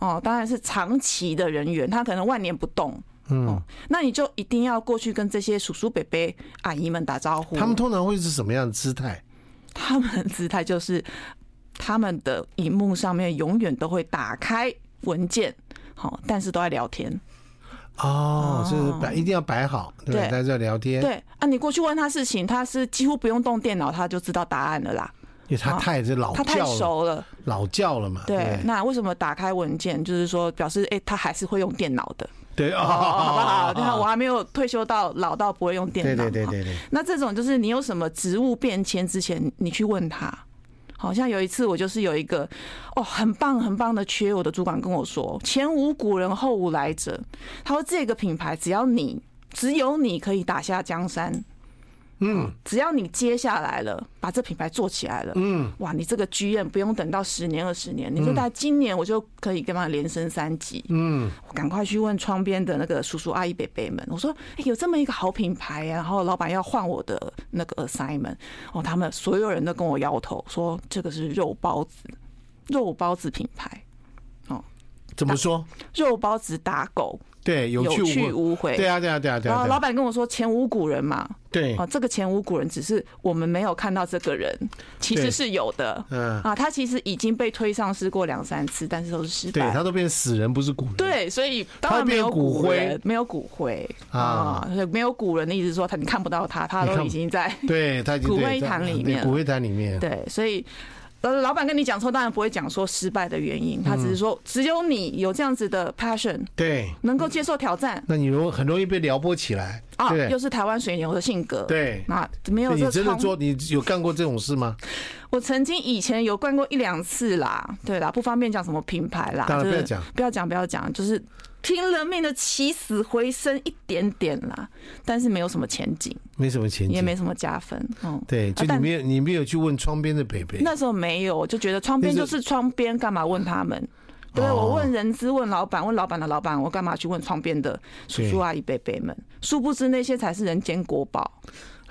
[SPEAKER 3] 哦，当然是长期的人员，他可能万年不动。嗯、那你就一定要过去跟这些叔叔、伯伯、阿姨们打招呼。
[SPEAKER 2] 他们通常会是什么样的姿态？
[SPEAKER 3] 他们的姿态就是， 他们的荧幕上面永远都会打开文件，好，但是都在聊天。
[SPEAKER 2] 哦，就是摆一定要摆好，对不对？
[SPEAKER 3] 对
[SPEAKER 2] 大家在聊天，
[SPEAKER 3] 对啊，你过去问他事情，他是几乎不用动电脑，他就知道答案了啦。
[SPEAKER 2] 因为他
[SPEAKER 3] 啊
[SPEAKER 2] 太是老
[SPEAKER 3] 他太
[SPEAKER 2] 教了，哎
[SPEAKER 3] 熟了。
[SPEAKER 2] 老教了嘛，对
[SPEAKER 3] 对
[SPEAKER 2] 不，对
[SPEAKER 3] 那为什么打开文件，就是说表示，哎、他还是会用电脑的。
[SPEAKER 2] 对哦，
[SPEAKER 3] 哦，好不好？你看，我
[SPEAKER 2] 哦
[SPEAKER 3] 还没有退休到老到不会用电
[SPEAKER 2] 对
[SPEAKER 3] 脑。
[SPEAKER 2] 对对
[SPEAKER 3] 哈
[SPEAKER 2] 对对，
[SPEAKER 3] 那这种就是你有什么职务变迁之前，你去问他。好像有一次我就是有一个哦，很棒很棒的缺，我的主管跟我说，前无古人后无来者。他说这个品牌只要你，只有你可以打下江山。嗯，只要你接下来了，把这品牌做起来了，嗯，哇，你这个剧院不用等到十年二十年，
[SPEAKER 2] 嗯
[SPEAKER 3] 你说大概今年我就可以跟他连升三级，嗯，我赶快去问窗边的那个叔叔阿姨伯伯们，我说、哎，有这么一个好品牌、啊然后老板要换我的那个 assignment，哦，他们所有人都跟我摇头说这个是肉包子，肉包子品牌，
[SPEAKER 2] 怎么说？
[SPEAKER 3] 肉包子打狗，
[SPEAKER 2] 对，有去
[SPEAKER 3] 有去
[SPEAKER 2] 无
[SPEAKER 3] 无回，
[SPEAKER 2] 对啊，对啊，对啊，对
[SPEAKER 3] 然
[SPEAKER 2] 啊，嗯
[SPEAKER 3] 后
[SPEAKER 2] 对
[SPEAKER 3] 老
[SPEAKER 2] 啊
[SPEAKER 3] 板跟我说前无古人嘛，
[SPEAKER 2] 对
[SPEAKER 3] 哦，，这个前无古人，只是我们没有看到这个人，其
[SPEAKER 2] 对
[SPEAKER 3] 实是有的。
[SPEAKER 2] 嗯，
[SPEAKER 3] 啊，他其实已经被推上市过两三次，但是都是失
[SPEAKER 2] 对他
[SPEAKER 3] 败。
[SPEAKER 2] 都变死人，不是古人，，
[SPEAKER 3] 对，所以当然没有
[SPEAKER 2] 他
[SPEAKER 3] 古
[SPEAKER 2] 变骨
[SPEAKER 3] 人
[SPEAKER 2] 灰，
[SPEAKER 3] 没有骨灰
[SPEAKER 2] 啊
[SPEAKER 3] 啊，所以没有古人的意思是说他你看不到他，他
[SPEAKER 2] 你看
[SPEAKER 3] 都
[SPEAKER 2] 不
[SPEAKER 3] 已经在
[SPEAKER 2] 对他已经
[SPEAKER 3] 骨
[SPEAKER 2] 对
[SPEAKER 3] 灰
[SPEAKER 2] 他
[SPEAKER 3] 坛里
[SPEAKER 2] 对
[SPEAKER 3] 面
[SPEAKER 2] 骨灰坛里面，
[SPEAKER 3] 对，所以。呃，老板跟你讲说，当然不会讲说失败的原因，他只是说只有你有这样子的 passion，
[SPEAKER 2] 对，
[SPEAKER 3] 能够接受挑战
[SPEAKER 2] 那你容很容易被撩拨起来，
[SPEAKER 3] 啊，
[SPEAKER 2] 对
[SPEAKER 3] 又是台湾水牛的性格，
[SPEAKER 2] 对
[SPEAKER 3] 啊，没有
[SPEAKER 2] 那
[SPEAKER 3] 这
[SPEAKER 2] 你真的
[SPEAKER 3] 冲
[SPEAKER 2] 做，你有干过这种事吗？
[SPEAKER 3] 我曾经以前有逛过一两次啦，对啦，不方便讲什么品牌啦，
[SPEAKER 2] 当然
[SPEAKER 3] 就是
[SPEAKER 2] 不要讲
[SPEAKER 3] 不要讲，不要讲，就是拼了命的起死回生一点点啦，但是没有什么前景，
[SPEAKER 2] 没什么前景，
[SPEAKER 3] 也没什么加分，嗯，
[SPEAKER 2] 对，就
[SPEAKER 3] 啊
[SPEAKER 2] 你
[SPEAKER 3] 但
[SPEAKER 2] 没有，你没有去问窗边的北北，
[SPEAKER 3] 那时候没有，我就觉得窗边
[SPEAKER 2] 那
[SPEAKER 3] 就是是窗边，干嘛问他们？对，
[SPEAKER 2] 哦
[SPEAKER 3] 我问人资，问老板，问老板的老板，我干嘛去问窗边的叔叔
[SPEAKER 2] 对
[SPEAKER 3] 阿姨、伯伯们？殊不知那些才是人间国宝，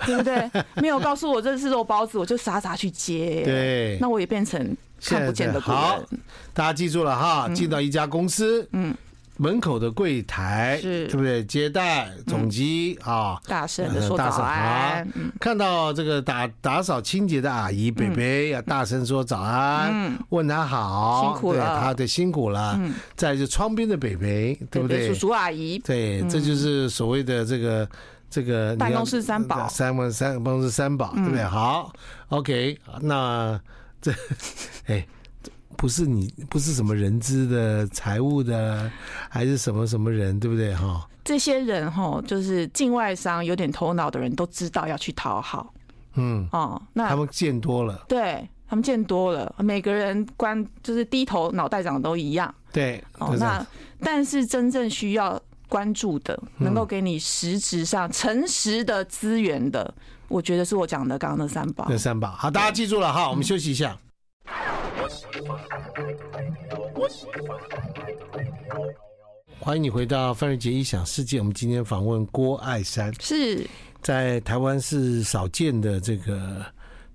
[SPEAKER 3] 对不对？ 没有告诉我这是肉包子，我就傻傻去接。
[SPEAKER 2] 对
[SPEAKER 3] 那我也变成看不见的古
[SPEAKER 2] 好
[SPEAKER 3] 人。，
[SPEAKER 2] 大家记住了哈，
[SPEAKER 3] 嗯
[SPEAKER 2] 进到一家公司，嗯，门口的柜台
[SPEAKER 3] 是嗯
[SPEAKER 2] 对不对？接待总机啊，
[SPEAKER 3] 大声的
[SPEAKER 2] 呃
[SPEAKER 3] 说早
[SPEAKER 2] 大嫂
[SPEAKER 3] 安，嗯
[SPEAKER 2] 看到这个打打扫清洁的阿姨北北要大声说早安，问她好，
[SPEAKER 3] 嗯辛苦
[SPEAKER 2] 对
[SPEAKER 3] 了嗯
[SPEAKER 2] 她的辛苦了。再来就窗边的北北，对不对
[SPEAKER 3] 叔？叔阿姨，
[SPEAKER 2] 对，这就是所谓的这个这个你要
[SPEAKER 3] 嗯
[SPEAKER 2] 呃
[SPEAKER 3] 办公室三宝嗯
[SPEAKER 2] 三万三办公室三宝，对不对？好，OK，那这哎。不是你，不是什么人资的、财务的，还是什么什么人，对不对？哈，
[SPEAKER 3] 这些人哈，就是境外商有点头脑的人都知道要去讨好
[SPEAKER 2] 嗯，
[SPEAKER 3] 哦。
[SPEAKER 2] 他
[SPEAKER 3] 那
[SPEAKER 2] 们见多了，
[SPEAKER 3] 对他们见多了，每个人关就是低头脑袋长得都一样。
[SPEAKER 2] 对，
[SPEAKER 3] 哦
[SPEAKER 2] 就，是
[SPEAKER 3] 那但是真正需要关注的，
[SPEAKER 2] 嗯
[SPEAKER 3] 能够给你实质上诚实的资源的，我觉得是我讲的刚刚那三宝
[SPEAKER 2] 那。三宝。好，大家记住了哈，我们
[SPEAKER 3] 嗯
[SPEAKER 2] 休息一下。欢迎你回到范瑞杰异想世界。我们今天访问郭爱山，
[SPEAKER 3] 是
[SPEAKER 2] 在台湾是少见的这个，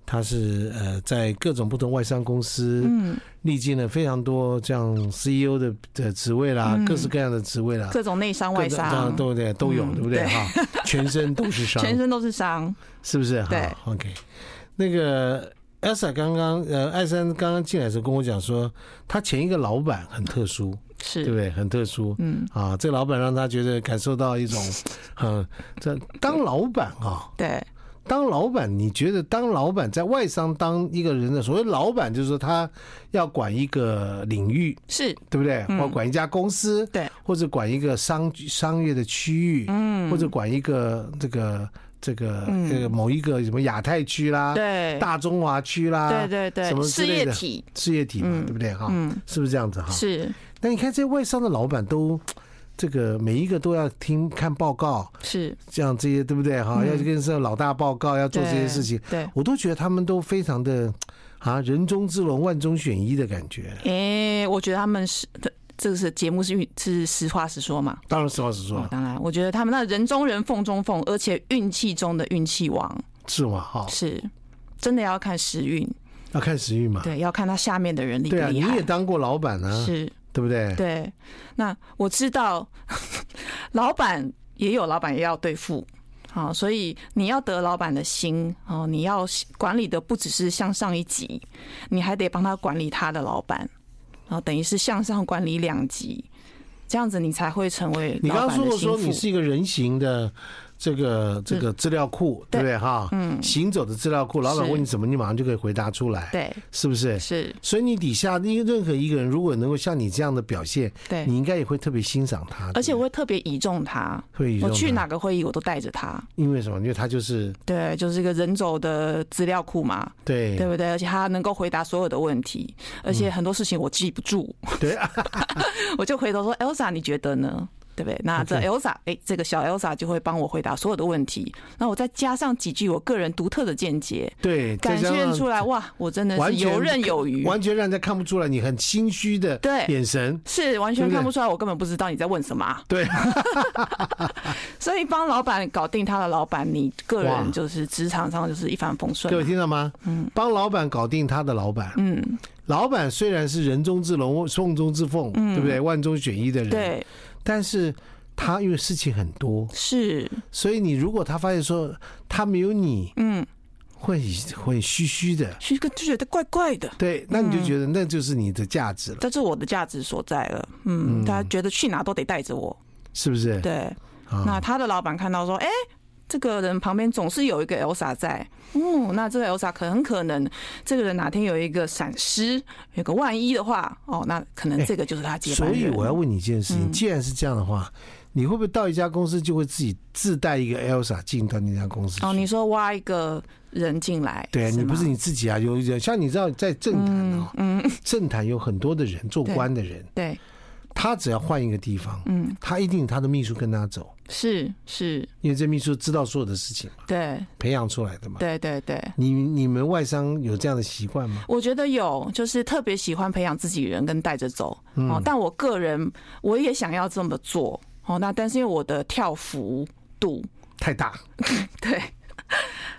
[SPEAKER 2] 他是呃在各种不同外商公司，嗯，历经了非常多这样 CEO 的的职位啦，各式各样的职位啦，
[SPEAKER 3] 嗯各种内伤外
[SPEAKER 2] 各种这
[SPEAKER 3] 伤
[SPEAKER 2] 样，对不对？都有，
[SPEAKER 3] 嗯
[SPEAKER 2] 对不对？
[SPEAKER 3] 对
[SPEAKER 2] 哈，全身都是伤，
[SPEAKER 3] 全身都是伤。
[SPEAKER 2] 是不是？哈
[SPEAKER 3] 对
[SPEAKER 2] o k 那个 Elsa 刚刚呃，艾珊刚刚进来的时候跟我讲说，她前一个老板很特殊，对不
[SPEAKER 3] 是，
[SPEAKER 2] 对？很特殊，嗯啊，这个老板让她觉得感受到 一种，嗯，这当老板啊，
[SPEAKER 3] 对，
[SPEAKER 2] 当老板，你觉得当老板在外商当一个人的所谓老板，就是说他要管一个领域，
[SPEAKER 3] 是
[SPEAKER 2] 对不对？或管一家公司，
[SPEAKER 3] 嗯对，
[SPEAKER 2] 或者管一个商商业的区域，嗯，或者管一个这个这个这个某一个什么亚太区啦，
[SPEAKER 3] 嗯对
[SPEAKER 2] 啊大中华区啦，
[SPEAKER 3] 对对
[SPEAKER 2] 什么
[SPEAKER 3] 对，
[SPEAKER 2] 之
[SPEAKER 3] 事
[SPEAKER 2] 类
[SPEAKER 3] 业
[SPEAKER 2] 的
[SPEAKER 3] 体嗯
[SPEAKER 2] 事业体嘛，对不对？哈，是不是这样子哈？
[SPEAKER 3] 是
[SPEAKER 2] 那你看这些外商的老板都。这个每一个都要听看报告，
[SPEAKER 3] 是
[SPEAKER 2] 这样这些对不对哈？要跟这老大报告，要做这些事情，
[SPEAKER 3] 嗯对。
[SPEAKER 2] 我都觉得他们都非常的啊，人中之龙，万中选一的感觉。
[SPEAKER 3] 诶、我觉得他们是这这个是节目是运是实话实说嘛。
[SPEAKER 2] 当然，实话实
[SPEAKER 3] 哦
[SPEAKER 2] 说，，
[SPEAKER 3] 当然，我觉得他们那人中人凤中凤，而且运气中的运气王
[SPEAKER 2] 是嘛哈，
[SPEAKER 3] 是真的要看时运，
[SPEAKER 2] 要看时运嘛。
[SPEAKER 3] 对，要看他下面的人厉不
[SPEAKER 2] 对啊，
[SPEAKER 3] 厉
[SPEAKER 2] 你
[SPEAKER 3] 害。
[SPEAKER 2] 也当过老板啊，
[SPEAKER 3] 是，
[SPEAKER 2] 对不对？
[SPEAKER 3] 对。那我知道， 老板也有老板也要对付。好，所以你要得老板的心哦，你要管理的不只是向上一级，你还得帮他管理他的老板，然后等于是向上管理两级，这样子你才会成为
[SPEAKER 2] 你
[SPEAKER 3] 老
[SPEAKER 2] 刚刚
[SPEAKER 3] 板
[SPEAKER 2] 说
[SPEAKER 3] 的
[SPEAKER 2] 过
[SPEAKER 3] 心
[SPEAKER 2] 说你
[SPEAKER 3] 腹。
[SPEAKER 2] 是一个人形的这个这个资料库，对不对哈？嗯，行走的资料库，老板
[SPEAKER 3] 是
[SPEAKER 2] 问你什么，你马上就可以回答出来，
[SPEAKER 3] 对，
[SPEAKER 2] 是不是？
[SPEAKER 3] 是，
[SPEAKER 2] 所以你底下任任何一个人，如果能够像你这样的表现，
[SPEAKER 3] 对
[SPEAKER 2] 你应该也会特别欣赏他。
[SPEAKER 3] 而且
[SPEAKER 2] 啊对
[SPEAKER 3] 我会特别倚重他。
[SPEAKER 2] 不对会倚
[SPEAKER 3] 我
[SPEAKER 2] 重
[SPEAKER 3] 去
[SPEAKER 2] 他
[SPEAKER 3] 哪？个会议我都带着他，
[SPEAKER 2] 因为什么？因为他就是
[SPEAKER 3] 对，就是一个人走的资料库嘛，
[SPEAKER 2] 对嗯
[SPEAKER 3] 对不对？而且他能够回答所有的问题，而且很多事情我记不住，
[SPEAKER 2] 对
[SPEAKER 3] 我就回头说：“Elsa，你觉得呢？”对不对？那这 Elsa，哎，这个小 Elsa 就会帮我回答所有的问题。那我再加上几句我个人独特的见解，
[SPEAKER 2] 对，再
[SPEAKER 3] 展
[SPEAKER 2] 加
[SPEAKER 3] 现
[SPEAKER 2] 上
[SPEAKER 3] 出来，哇，我真的
[SPEAKER 2] 完
[SPEAKER 3] 是
[SPEAKER 2] 全
[SPEAKER 3] 游刃有余，
[SPEAKER 2] 完全让人家看不出来你很心虚的
[SPEAKER 3] 对
[SPEAKER 2] 眼神。
[SPEAKER 3] 是完
[SPEAKER 2] 对
[SPEAKER 3] 全
[SPEAKER 2] 不对
[SPEAKER 3] 看不出来，我根本不知道你在问什么啊。
[SPEAKER 2] 对，
[SPEAKER 3] 所以帮老板搞定他的老板，你个
[SPEAKER 2] 哇
[SPEAKER 3] 人就是职场上就是一帆风顺
[SPEAKER 2] 各位
[SPEAKER 3] 啊。
[SPEAKER 2] 听到吗？帮老板搞定他的老板。嗯，老板虽然是人中之龙，凤中之凤，对不对？万中选一的人。，
[SPEAKER 3] 嗯对，
[SPEAKER 2] 但是他因为事情很多，
[SPEAKER 3] 是
[SPEAKER 2] 所以你如果他发现说他没有你，嗯，会会虚虚的。
[SPEAKER 3] 徐哥就觉得怪怪的，
[SPEAKER 2] 对，那你就觉得
[SPEAKER 3] 嗯
[SPEAKER 2] 那就是你的价值了，
[SPEAKER 3] 这是我的价值所在了。嗯，大家觉得去哪都得带着我。
[SPEAKER 2] 是不是？
[SPEAKER 3] 对，
[SPEAKER 2] 啊
[SPEAKER 3] 那他的老板看到说，哎、这个人旁边总是有一个 Elsa 在，嗯，那这个 Elsa 可很可能，这个人哪天有一个闪失，有个万一的话，哦，那可能这个就是他接班
[SPEAKER 2] 所
[SPEAKER 3] 人。嗯
[SPEAKER 2] 以我要问你一件事情，既然是这样的话，你会不会到一家公司就会自己自带一个 Elsa 进到那家公司去？
[SPEAKER 3] 哦，你说挖一个人进来，
[SPEAKER 2] 对啊，你不
[SPEAKER 3] 吗嗯
[SPEAKER 2] 是你自己啊，有有像你知道在政坛啊、政坛有很多的人做官的人，
[SPEAKER 3] 对，
[SPEAKER 2] 他只要换一个地方，嗯，他一定他的秘书跟他走，
[SPEAKER 3] 是是，
[SPEAKER 2] 因为这秘书知道所有的事情嘛，
[SPEAKER 3] 对
[SPEAKER 2] 培养出来的嘛。
[SPEAKER 3] 对对对。
[SPEAKER 2] 你你们外商有这样的习惯吗？
[SPEAKER 3] 我觉得有，就是特别喜欢培养自己人跟带着走。
[SPEAKER 2] 嗯
[SPEAKER 3] 哦，但我个人我也想要这么做。哦，那但是因为我的跳幅度，
[SPEAKER 2] 太大，
[SPEAKER 3] 对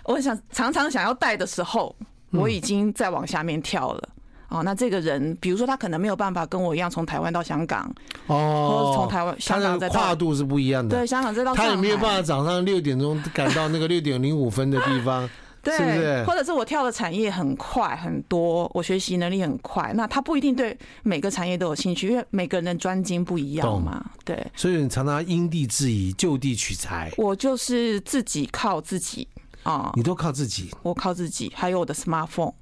[SPEAKER 3] 我想常常想要带的时候，
[SPEAKER 2] 嗯
[SPEAKER 3] 我已经在往下面跳了。哦，那这个人，比如说他可能没有办法跟我一样从台湾到香港，或
[SPEAKER 2] 哦，
[SPEAKER 3] 是从台湾
[SPEAKER 2] 他
[SPEAKER 3] 香港
[SPEAKER 2] 的
[SPEAKER 3] 再到
[SPEAKER 2] 跨度是不一样的。
[SPEAKER 3] 对，香港再到
[SPEAKER 2] 他也没有
[SPEAKER 3] 上海
[SPEAKER 2] 办法早上六点钟赶到那个六点零五分的地 方，
[SPEAKER 3] 对，
[SPEAKER 2] 是不是
[SPEAKER 3] 或者是我跳的产业很快很多，我学习能力很快，那他不一定对每个产业都有兴趣，因为每个人的专精不一样
[SPEAKER 2] 懂
[SPEAKER 3] 嘛。对
[SPEAKER 2] 所以你常常因地制宜、就地取材，
[SPEAKER 3] 我就是自己靠自己啊、
[SPEAKER 2] 你都靠自己。
[SPEAKER 3] 我靠自己，还有我的 smartphone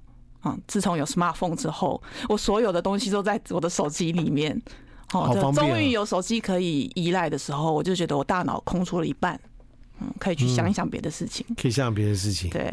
[SPEAKER 3] 啊、自从有 smartphone 之后，我所有的东西都在我的手机里面。
[SPEAKER 2] 好
[SPEAKER 3] 就
[SPEAKER 2] 方便啊
[SPEAKER 3] 终于有手机可以依赖的时候，我就觉得我大脑空出了一半，嗯，可以去想一想别的事情。
[SPEAKER 2] 可以想想别的事情。
[SPEAKER 3] 对，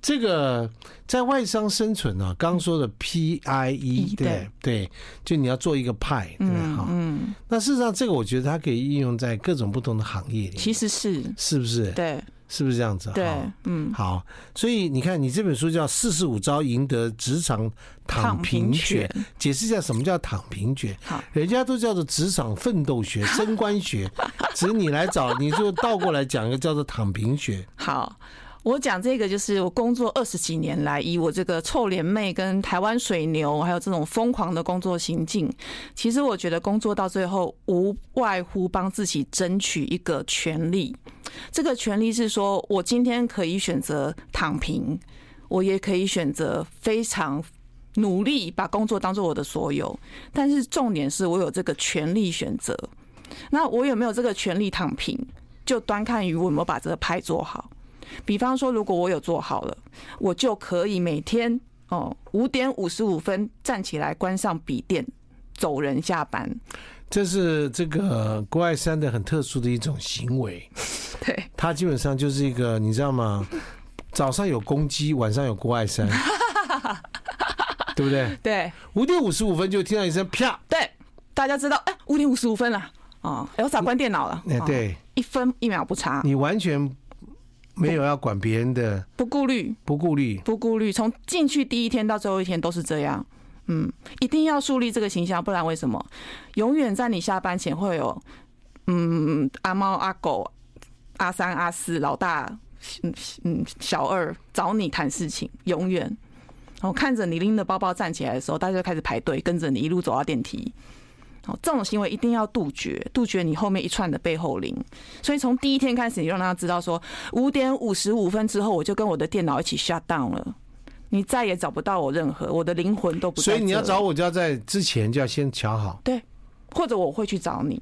[SPEAKER 2] 这个在外商生存呢、啊，刚说的 PIE，
[SPEAKER 3] 对
[SPEAKER 2] 对对，就你要做一个派，对哈、
[SPEAKER 3] 嗯，
[SPEAKER 2] 那事实上，这个我觉得它可以应用在各种不同的行业里，
[SPEAKER 3] 其实是
[SPEAKER 2] 是不是？
[SPEAKER 3] 对
[SPEAKER 2] 是不是这样子？
[SPEAKER 3] 对
[SPEAKER 2] 哈，
[SPEAKER 3] 嗯，
[SPEAKER 2] 好，所以你看，你这本书叫《四十五招赢得职场躺平学
[SPEAKER 3] 躺平》，
[SPEAKER 2] 解释一下什么叫躺平学
[SPEAKER 3] 好。
[SPEAKER 2] 人家都叫做职场奋斗学、 升官学，只是你来找，你就倒过来讲一个叫做躺平学。
[SPEAKER 3] 好，我讲这个就是我工作二十几年来，以我这个臭脸妹跟台湾水牛，还有这种疯狂的工作行径，其实我觉得工作到最后无外乎帮自己争取一个权利。这个权利是说我今天可以选择躺平，我也可以选择非常。努力把工作当做我的所有，但是重点是我有这个权利选择。那我有没有这个权利躺平，就端看于我有没有把这个派做好。比方说，如果我有做好了，我就可以每天哦五点五十五分站起来，关上笔电，走人下班。
[SPEAKER 2] 这是这个郭爱山的很特殊的一种行为，
[SPEAKER 3] 对，
[SPEAKER 2] 他基本上就是一个，你知道吗？早上有公鸡，晚上有郭爱 山，对不对？
[SPEAKER 3] 对，
[SPEAKER 2] 五点五十五分就听到一声啪，
[SPEAKER 3] 对，大家知道，哎、五点五十五分了，哦，哎我早关电脑了，
[SPEAKER 2] 哎
[SPEAKER 3] 哦，
[SPEAKER 2] 对
[SPEAKER 3] 一分一秒不差，
[SPEAKER 2] 你完全没有要管别人的
[SPEAKER 3] 不顾虑，
[SPEAKER 2] 不顾虑，
[SPEAKER 3] 不顾虑，从进去第一天到最后一天都是这样。嗯，一定要树立这个形象，不然为什么永远在你下班前会有嗯阿猫阿狗、阿三阿四老大嗯嗯小二找你谈事情，永远。然后看着你拎着包包站起来的时候，大家就开始排队跟着你一路走到电梯。哦，这种行为一定要杜绝，杜绝你后面一串的背后铃。所以从第一天开始，你就让他知道说，五点五十五分之后，我就跟我的电脑一起 shut down 了，你再也找不到我任何，我的灵魂都不在
[SPEAKER 2] 所
[SPEAKER 3] 这。
[SPEAKER 2] 以你要找我，就要在之前就要先瞧好。
[SPEAKER 3] 对，或者我会去找你，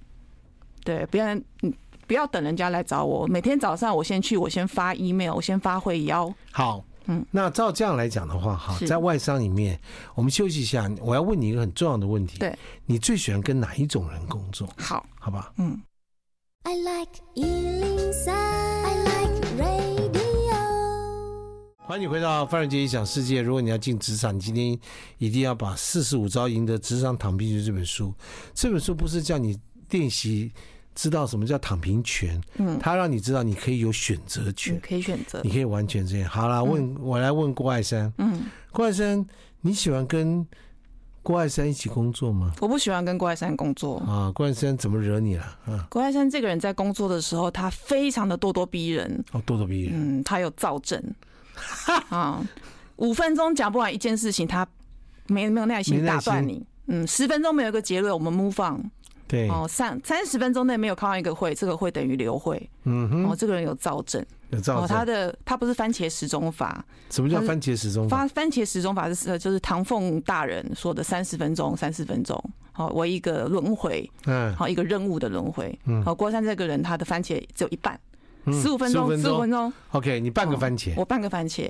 [SPEAKER 3] 对，不要嗯不要等人家来找我，每天早上我先去，我先发 email，我先发会邀，
[SPEAKER 2] 好，嗯，那照这样来讲的话，哈，
[SPEAKER 3] 是
[SPEAKER 2] 在外商里面，我们休息一下，我要问你一个很重要的问题。
[SPEAKER 3] 对，
[SPEAKER 2] 你最喜欢跟哪一种人工作？
[SPEAKER 3] 好，
[SPEAKER 2] 好吧，
[SPEAKER 3] 嗯，
[SPEAKER 4] I like Ealing Sound. I like radio.
[SPEAKER 2] 欢迎你回到范仁杰异想世界。如果你要进职场，你今天一定要把《四十五招赢得职场躺平学》这本书。这本书不是叫你练习知道什么叫躺平权，嗯，它让你知道你可以有选择权
[SPEAKER 3] 你，可以选择
[SPEAKER 2] 你，可以完全这样。好啦，问我来问郭爱山，
[SPEAKER 3] 嗯，
[SPEAKER 2] 郭爱山，你喜欢跟郭爱山一起工作吗？
[SPEAKER 3] 我不喜欢跟郭爱山工作。
[SPEAKER 2] 啊，郭爱山怎么惹你了？啊，
[SPEAKER 3] 郭爱山这个人在工作的时候，他非常的咄咄逼人，
[SPEAKER 2] 哦，咄咄逼人，
[SPEAKER 3] 嗯，他有 躁症，啊，五分钟讲不完一件事情，他没没有耐
[SPEAKER 2] 没
[SPEAKER 3] 心
[SPEAKER 2] 耐
[SPEAKER 3] 打断
[SPEAKER 2] 心
[SPEAKER 3] 你，嗯，十分钟没有一个结论，我们 move on，
[SPEAKER 2] 对，
[SPEAKER 3] 哦，三三十分钟内没有开完一个会，这个会等于留会，
[SPEAKER 2] 嗯哼，
[SPEAKER 3] 哦，这个人有躁症，
[SPEAKER 2] 有
[SPEAKER 3] 哦
[SPEAKER 2] 造，
[SPEAKER 3] 他
[SPEAKER 2] 成。
[SPEAKER 3] 的他不是番茄时钟法，
[SPEAKER 2] 什么叫
[SPEAKER 3] 他是
[SPEAKER 2] 番茄时钟法？
[SPEAKER 3] 番番茄时钟法是呃就是唐凤大人说的三十分钟，三十分钟，好、为一个轮回，哦
[SPEAKER 2] 嗯，
[SPEAKER 3] 好、一个任务的轮回
[SPEAKER 2] 嗯，
[SPEAKER 3] 好、郭山这个人他的番茄只有一半，十五分
[SPEAKER 2] 15
[SPEAKER 3] 钟，
[SPEAKER 2] 分
[SPEAKER 3] 十五
[SPEAKER 2] 钟
[SPEAKER 3] 分钟，
[SPEAKER 2] OK，你半个
[SPEAKER 3] 哦
[SPEAKER 2] 番茄。
[SPEAKER 3] 我半个番茄，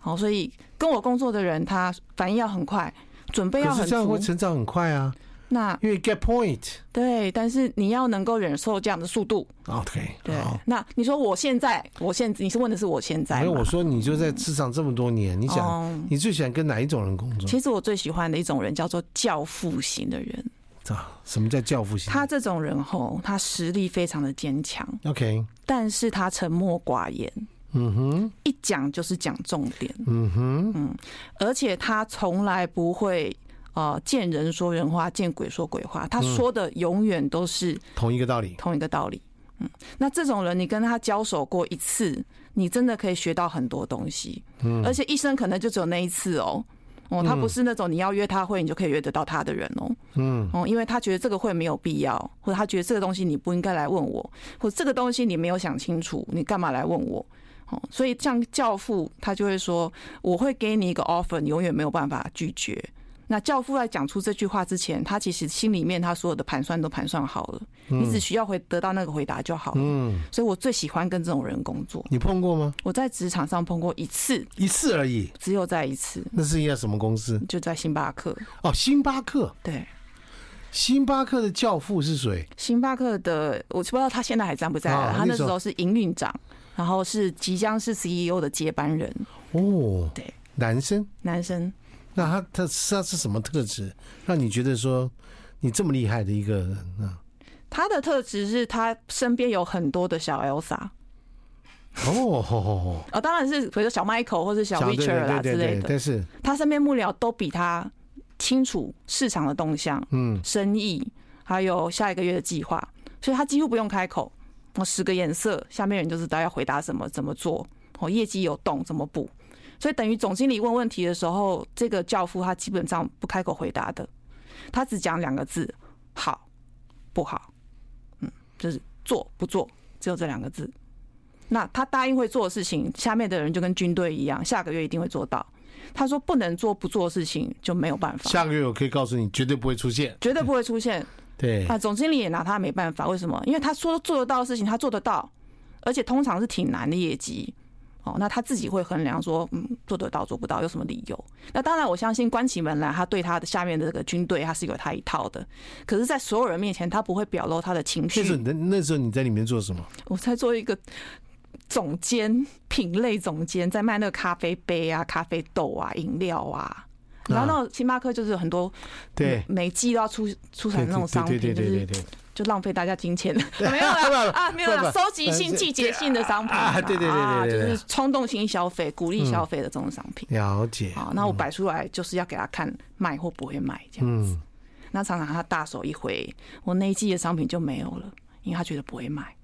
[SPEAKER 3] 好、所以跟我工作的人他反应要很快，准备要
[SPEAKER 2] 可是
[SPEAKER 3] 很
[SPEAKER 2] 这样
[SPEAKER 3] 足
[SPEAKER 2] 会，成长很快啊，
[SPEAKER 3] 那
[SPEAKER 2] 因为 get point。
[SPEAKER 3] 对，但是你要能够忍受这样的速度。
[SPEAKER 2] OK，
[SPEAKER 3] 对
[SPEAKER 2] 好，。
[SPEAKER 3] 那你说我现在，我现你是问的是哎我现在
[SPEAKER 2] 没有，哎
[SPEAKER 3] 吗
[SPEAKER 2] 我说你就在职场这么多年，你想
[SPEAKER 3] 哦
[SPEAKER 2] 你最喜欢跟哪一种人工作？
[SPEAKER 3] 其实我最喜欢的一种人叫做教父型的人，
[SPEAKER 2] 啊，什么叫教父型？
[SPEAKER 3] 他这种人吼，他实力非常的坚强，
[SPEAKER 2] OK，
[SPEAKER 3] 但是他沉默寡言，
[SPEAKER 2] 嗯哼，
[SPEAKER 3] 一讲就是讲重点，
[SPEAKER 2] 嗯哼，
[SPEAKER 3] 而且他从来不会呃见人说人话，见鬼说鬼话，他说的永远都是
[SPEAKER 2] 同一个道理。
[SPEAKER 3] 同一个道理。嗯，那这种人，你跟他交手过一次，你真的可以学到很多东西。嗯，而且一生可能就只有那一次哦。哦，他不是那种你要约他会，你就可以约得到他的人哦。
[SPEAKER 2] 嗯，
[SPEAKER 3] 哦，因为他觉得这个会没有必要，或者他觉得这个东西你不应该来问我，或者这个东西你没有想清楚，你干嘛来问我？哦，所以像教父他就会说，我会给你一个 offer，你永远没有办法拒绝。那教父在讲出这句话之前，他其实心里面他所有的盘算都盘算好了，你只需要回得到那个回答就好了。
[SPEAKER 2] 嗯，
[SPEAKER 3] 所以我最喜欢跟这种人工作。
[SPEAKER 2] 你碰过吗？
[SPEAKER 3] 我在职场上碰过一次，
[SPEAKER 2] 一次而已。
[SPEAKER 3] 只有在一次，
[SPEAKER 2] 那是一家什么公司？
[SPEAKER 3] 就在星巴克。
[SPEAKER 2] 哦，星巴克。
[SPEAKER 3] 对，
[SPEAKER 2] 星巴克的教父是谁？
[SPEAKER 3] 星巴克的，我不知道他现在还在不在
[SPEAKER 2] 啊
[SPEAKER 3] 了。他
[SPEAKER 2] 那
[SPEAKER 3] 那
[SPEAKER 2] 时
[SPEAKER 3] 时
[SPEAKER 2] 候
[SPEAKER 3] 候是营运长，然后是即将是 CEO 的接班人，
[SPEAKER 2] 哦，
[SPEAKER 3] 对，
[SPEAKER 2] 男生。
[SPEAKER 3] 男生。
[SPEAKER 2] 那他他他是什么特质，让你觉得说你这么厉害的一个人啊？
[SPEAKER 3] 他的特质是他身边有很多的小 Elsa，
[SPEAKER 2] 哦，吼吼吼
[SPEAKER 3] 哦，当然是比如说小 Michael 或 是小
[SPEAKER 2] 对对
[SPEAKER 3] Richard 啦
[SPEAKER 2] 对
[SPEAKER 3] 之
[SPEAKER 2] 对对，
[SPEAKER 3] 类的，
[SPEAKER 2] 但是
[SPEAKER 3] 他身边幕僚都比他清楚市场的动向、
[SPEAKER 2] 嗯，
[SPEAKER 3] 生意，还有下一个月的计划，所以他几乎不用开口。哦，十个颜色，下面人就知道要回答什么、怎么做。哦，业绩有动怎么补？所以等于总经理问问题的时候，这个教父他基本上不开口回答的，他只讲两个字：好，不好。嗯，就是做不做，只有这两个字。那他答应会做的事情，下面的人就跟军队一样，下个月一定会做到。他说不能做不做的事情就没有办法，
[SPEAKER 2] 下个月我可以告诉你，绝对不会出现。
[SPEAKER 3] 绝对不会出现。
[SPEAKER 2] 对，
[SPEAKER 3] 啊，总经理也拿他没办法，为什么？因为他说做得到的事情，他做得到，而且通常是挺难的业绩。哦，那他自己会衡量说，嗯，做得到做不到，有什么理由？那当然，我相信关起门来，他对他的下面的这个军队，他是有他一套的。可是，在所有人面前，他不会表露他的情
[SPEAKER 2] 那时候
[SPEAKER 3] 绪。
[SPEAKER 2] 你在那时候你在里面做什么？
[SPEAKER 3] 我在做一个总监，品类总监，在卖那个咖啡杯啊、咖啡豆啊、饮料啊。然后，那种星巴克就是有很多
[SPEAKER 2] 对，
[SPEAKER 3] 每季都要出出
[SPEAKER 2] 对
[SPEAKER 3] 产那种商
[SPEAKER 2] 对
[SPEAKER 3] 品，
[SPEAKER 2] 对
[SPEAKER 3] 就
[SPEAKER 2] 对
[SPEAKER 3] 是
[SPEAKER 2] 对对对。
[SPEAKER 3] 就浪费大家金钱了，没有啦啊，没 有
[SPEAKER 2] 不
[SPEAKER 3] 啦，
[SPEAKER 2] 不
[SPEAKER 3] 收集性、季节性的商品
[SPEAKER 2] 啊对对对对
[SPEAKER 3] 啊
[SPEAKER 2] 对
[SPEAKER 3] 就
[SPEAKER 2] 对对
[SPEAKER 3] 是冲动性消费、鼓励消费的这种商品。
[SPEAKER 2] 了解，
[SPEAKER 3] 好，那我摆出来就是要给他看卖或不会卖这样
[SPEAKER 2] 嗯
[SPEAKER 3] 子。那常常他大手一挥，我那一季的商品就没有了，因为他觉得不会卖。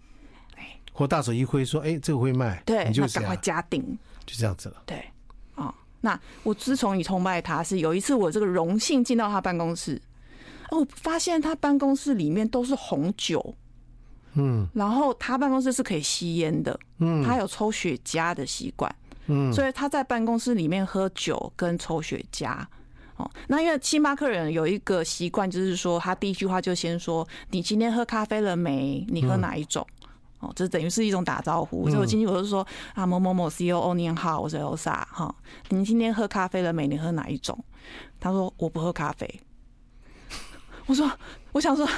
[SPEAKER 2] 我大手一挥说：“哎，这个会卖。”
[SPEAKER 3] 对，
[SPEAKER 2] 你就
[SPEAKER 3] 那
[SPEAKER 2] 这
[SPEAKER 3] 赶
[SPEAKER 2] 样
[SPEAKER 3] 快，加订。
[SPEAKER 2] 就这样子了。
[SPEAKER 3] 对，啊、那我之所以崇拜他，是有一次我这个荣幸进到他办公室，哦，我发现他办公室里面都是红酒，
[SPEAKER 2] 嗯，
[SPEAKER 3] 然后他办公室是可以吸烟的，嗯，他有抽雪茄的习惯，嗯，所以他在办公室里面喝酒跟抽雪茄。哦，那因为星巴克人有一个习惯，就是说他第一句话就先说：“你今天喝咖啡了没？你
[SPEAKER 2] 嗯
[SPEAKER 3] 喝哪一种？”哦，这等于是一种打招呼。所以我进去我就说啊，某某某 COO 您好，我是 Elsa 哈、您今天喝咖啡了没？你喝哪一种？他说我不喝咖啡。我说， 我想说，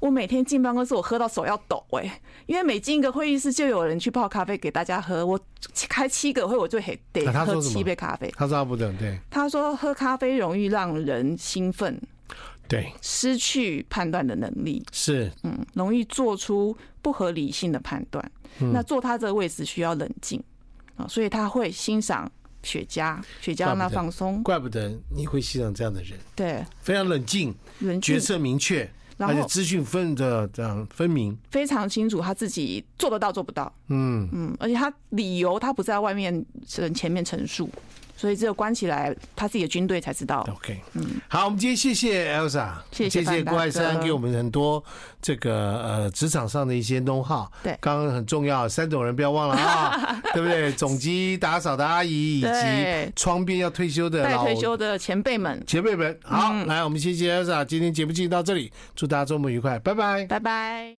[SPEAKER 3] 我每天进办公室，我喝到手要抖哎、因为每进一个会议室就有人去泡咖啡给大家喝。我开七个会，我就得得
[SPEAKER 2] 那他说
[SPEAKER 3] 喝
[SPEAKER 2] 什么
[SPEAKER 3] 七杯咖啡。
[SPEAKER 2] 他说他不等，对
[SPEAKER 3] 他说喝咖啡容易让人兴奋，
[SPEAKER 2] 对
[SPEAKER 3] 失去判断的能力。
[SPEAKER 2] 是，
[SPEAKER 3] 嗯，容易做出不合理性的判断。
[SPEAKER 2] 嗯
[SPEAKER 3] 那坐他这个位置需要冷静啊，所以他会欣赏雪茄，雪茄让他放松，
[SPEAKER 2] 怪不得你会欣赏这样的人，
[SPEAKER 3] 对，
[SPEAKER 2] 非常冷静，
[SPEAKER 3] 人
[SPEAKER 2] 决
[SPEAKER 3] 就
[SPEAKER 2] 策明确，
[SPEAKER 3] 然
[SPEAKER 2] 而
[SPEAKER 3] 后
[SPEAKER 2] 且资讯分的这样分明。
[SPEAKER 3] 非常清楚他自己做得到做不到。
[SPEAKER 2] 嗯，
[SPEAKER 3] 嗯，而且他理由他不在外面人前面陈述，所以只有关起来他自己的军队才知道。
[SPEAKER 2] OK，好，我们今天谢谢 Elsa，
[SPEAKER 3] 嗯谢谢
[SPEAKER 2] 谢
[SPEAKER 3] 范大
[SPEAKER 2] 郭爱山
[SPEAKER 3] 哥
[SPEAKER 2] 给我们很多这个呃职场上的一些 know how。
[SPEAKER 3] 对
[SPEAKER 2] 刚刚很重要，三种人不要忘了 啊，对不对？总机打扫的阿姨，以及
[SPEAKER 3] 对
[SPEAKER 2] 窗边要退休的
[SPEAKER 3] 待
[SPEAKER 2] 老
[SPEAKER 3] 退休嗯的前辈们，
[SPEAKER 2] 前辈们。好，来，我们谢谢 Elsa，今天节目进行到这里，祝大家周末愉快，拜拜。
[SPEAKER 3] 拜拜。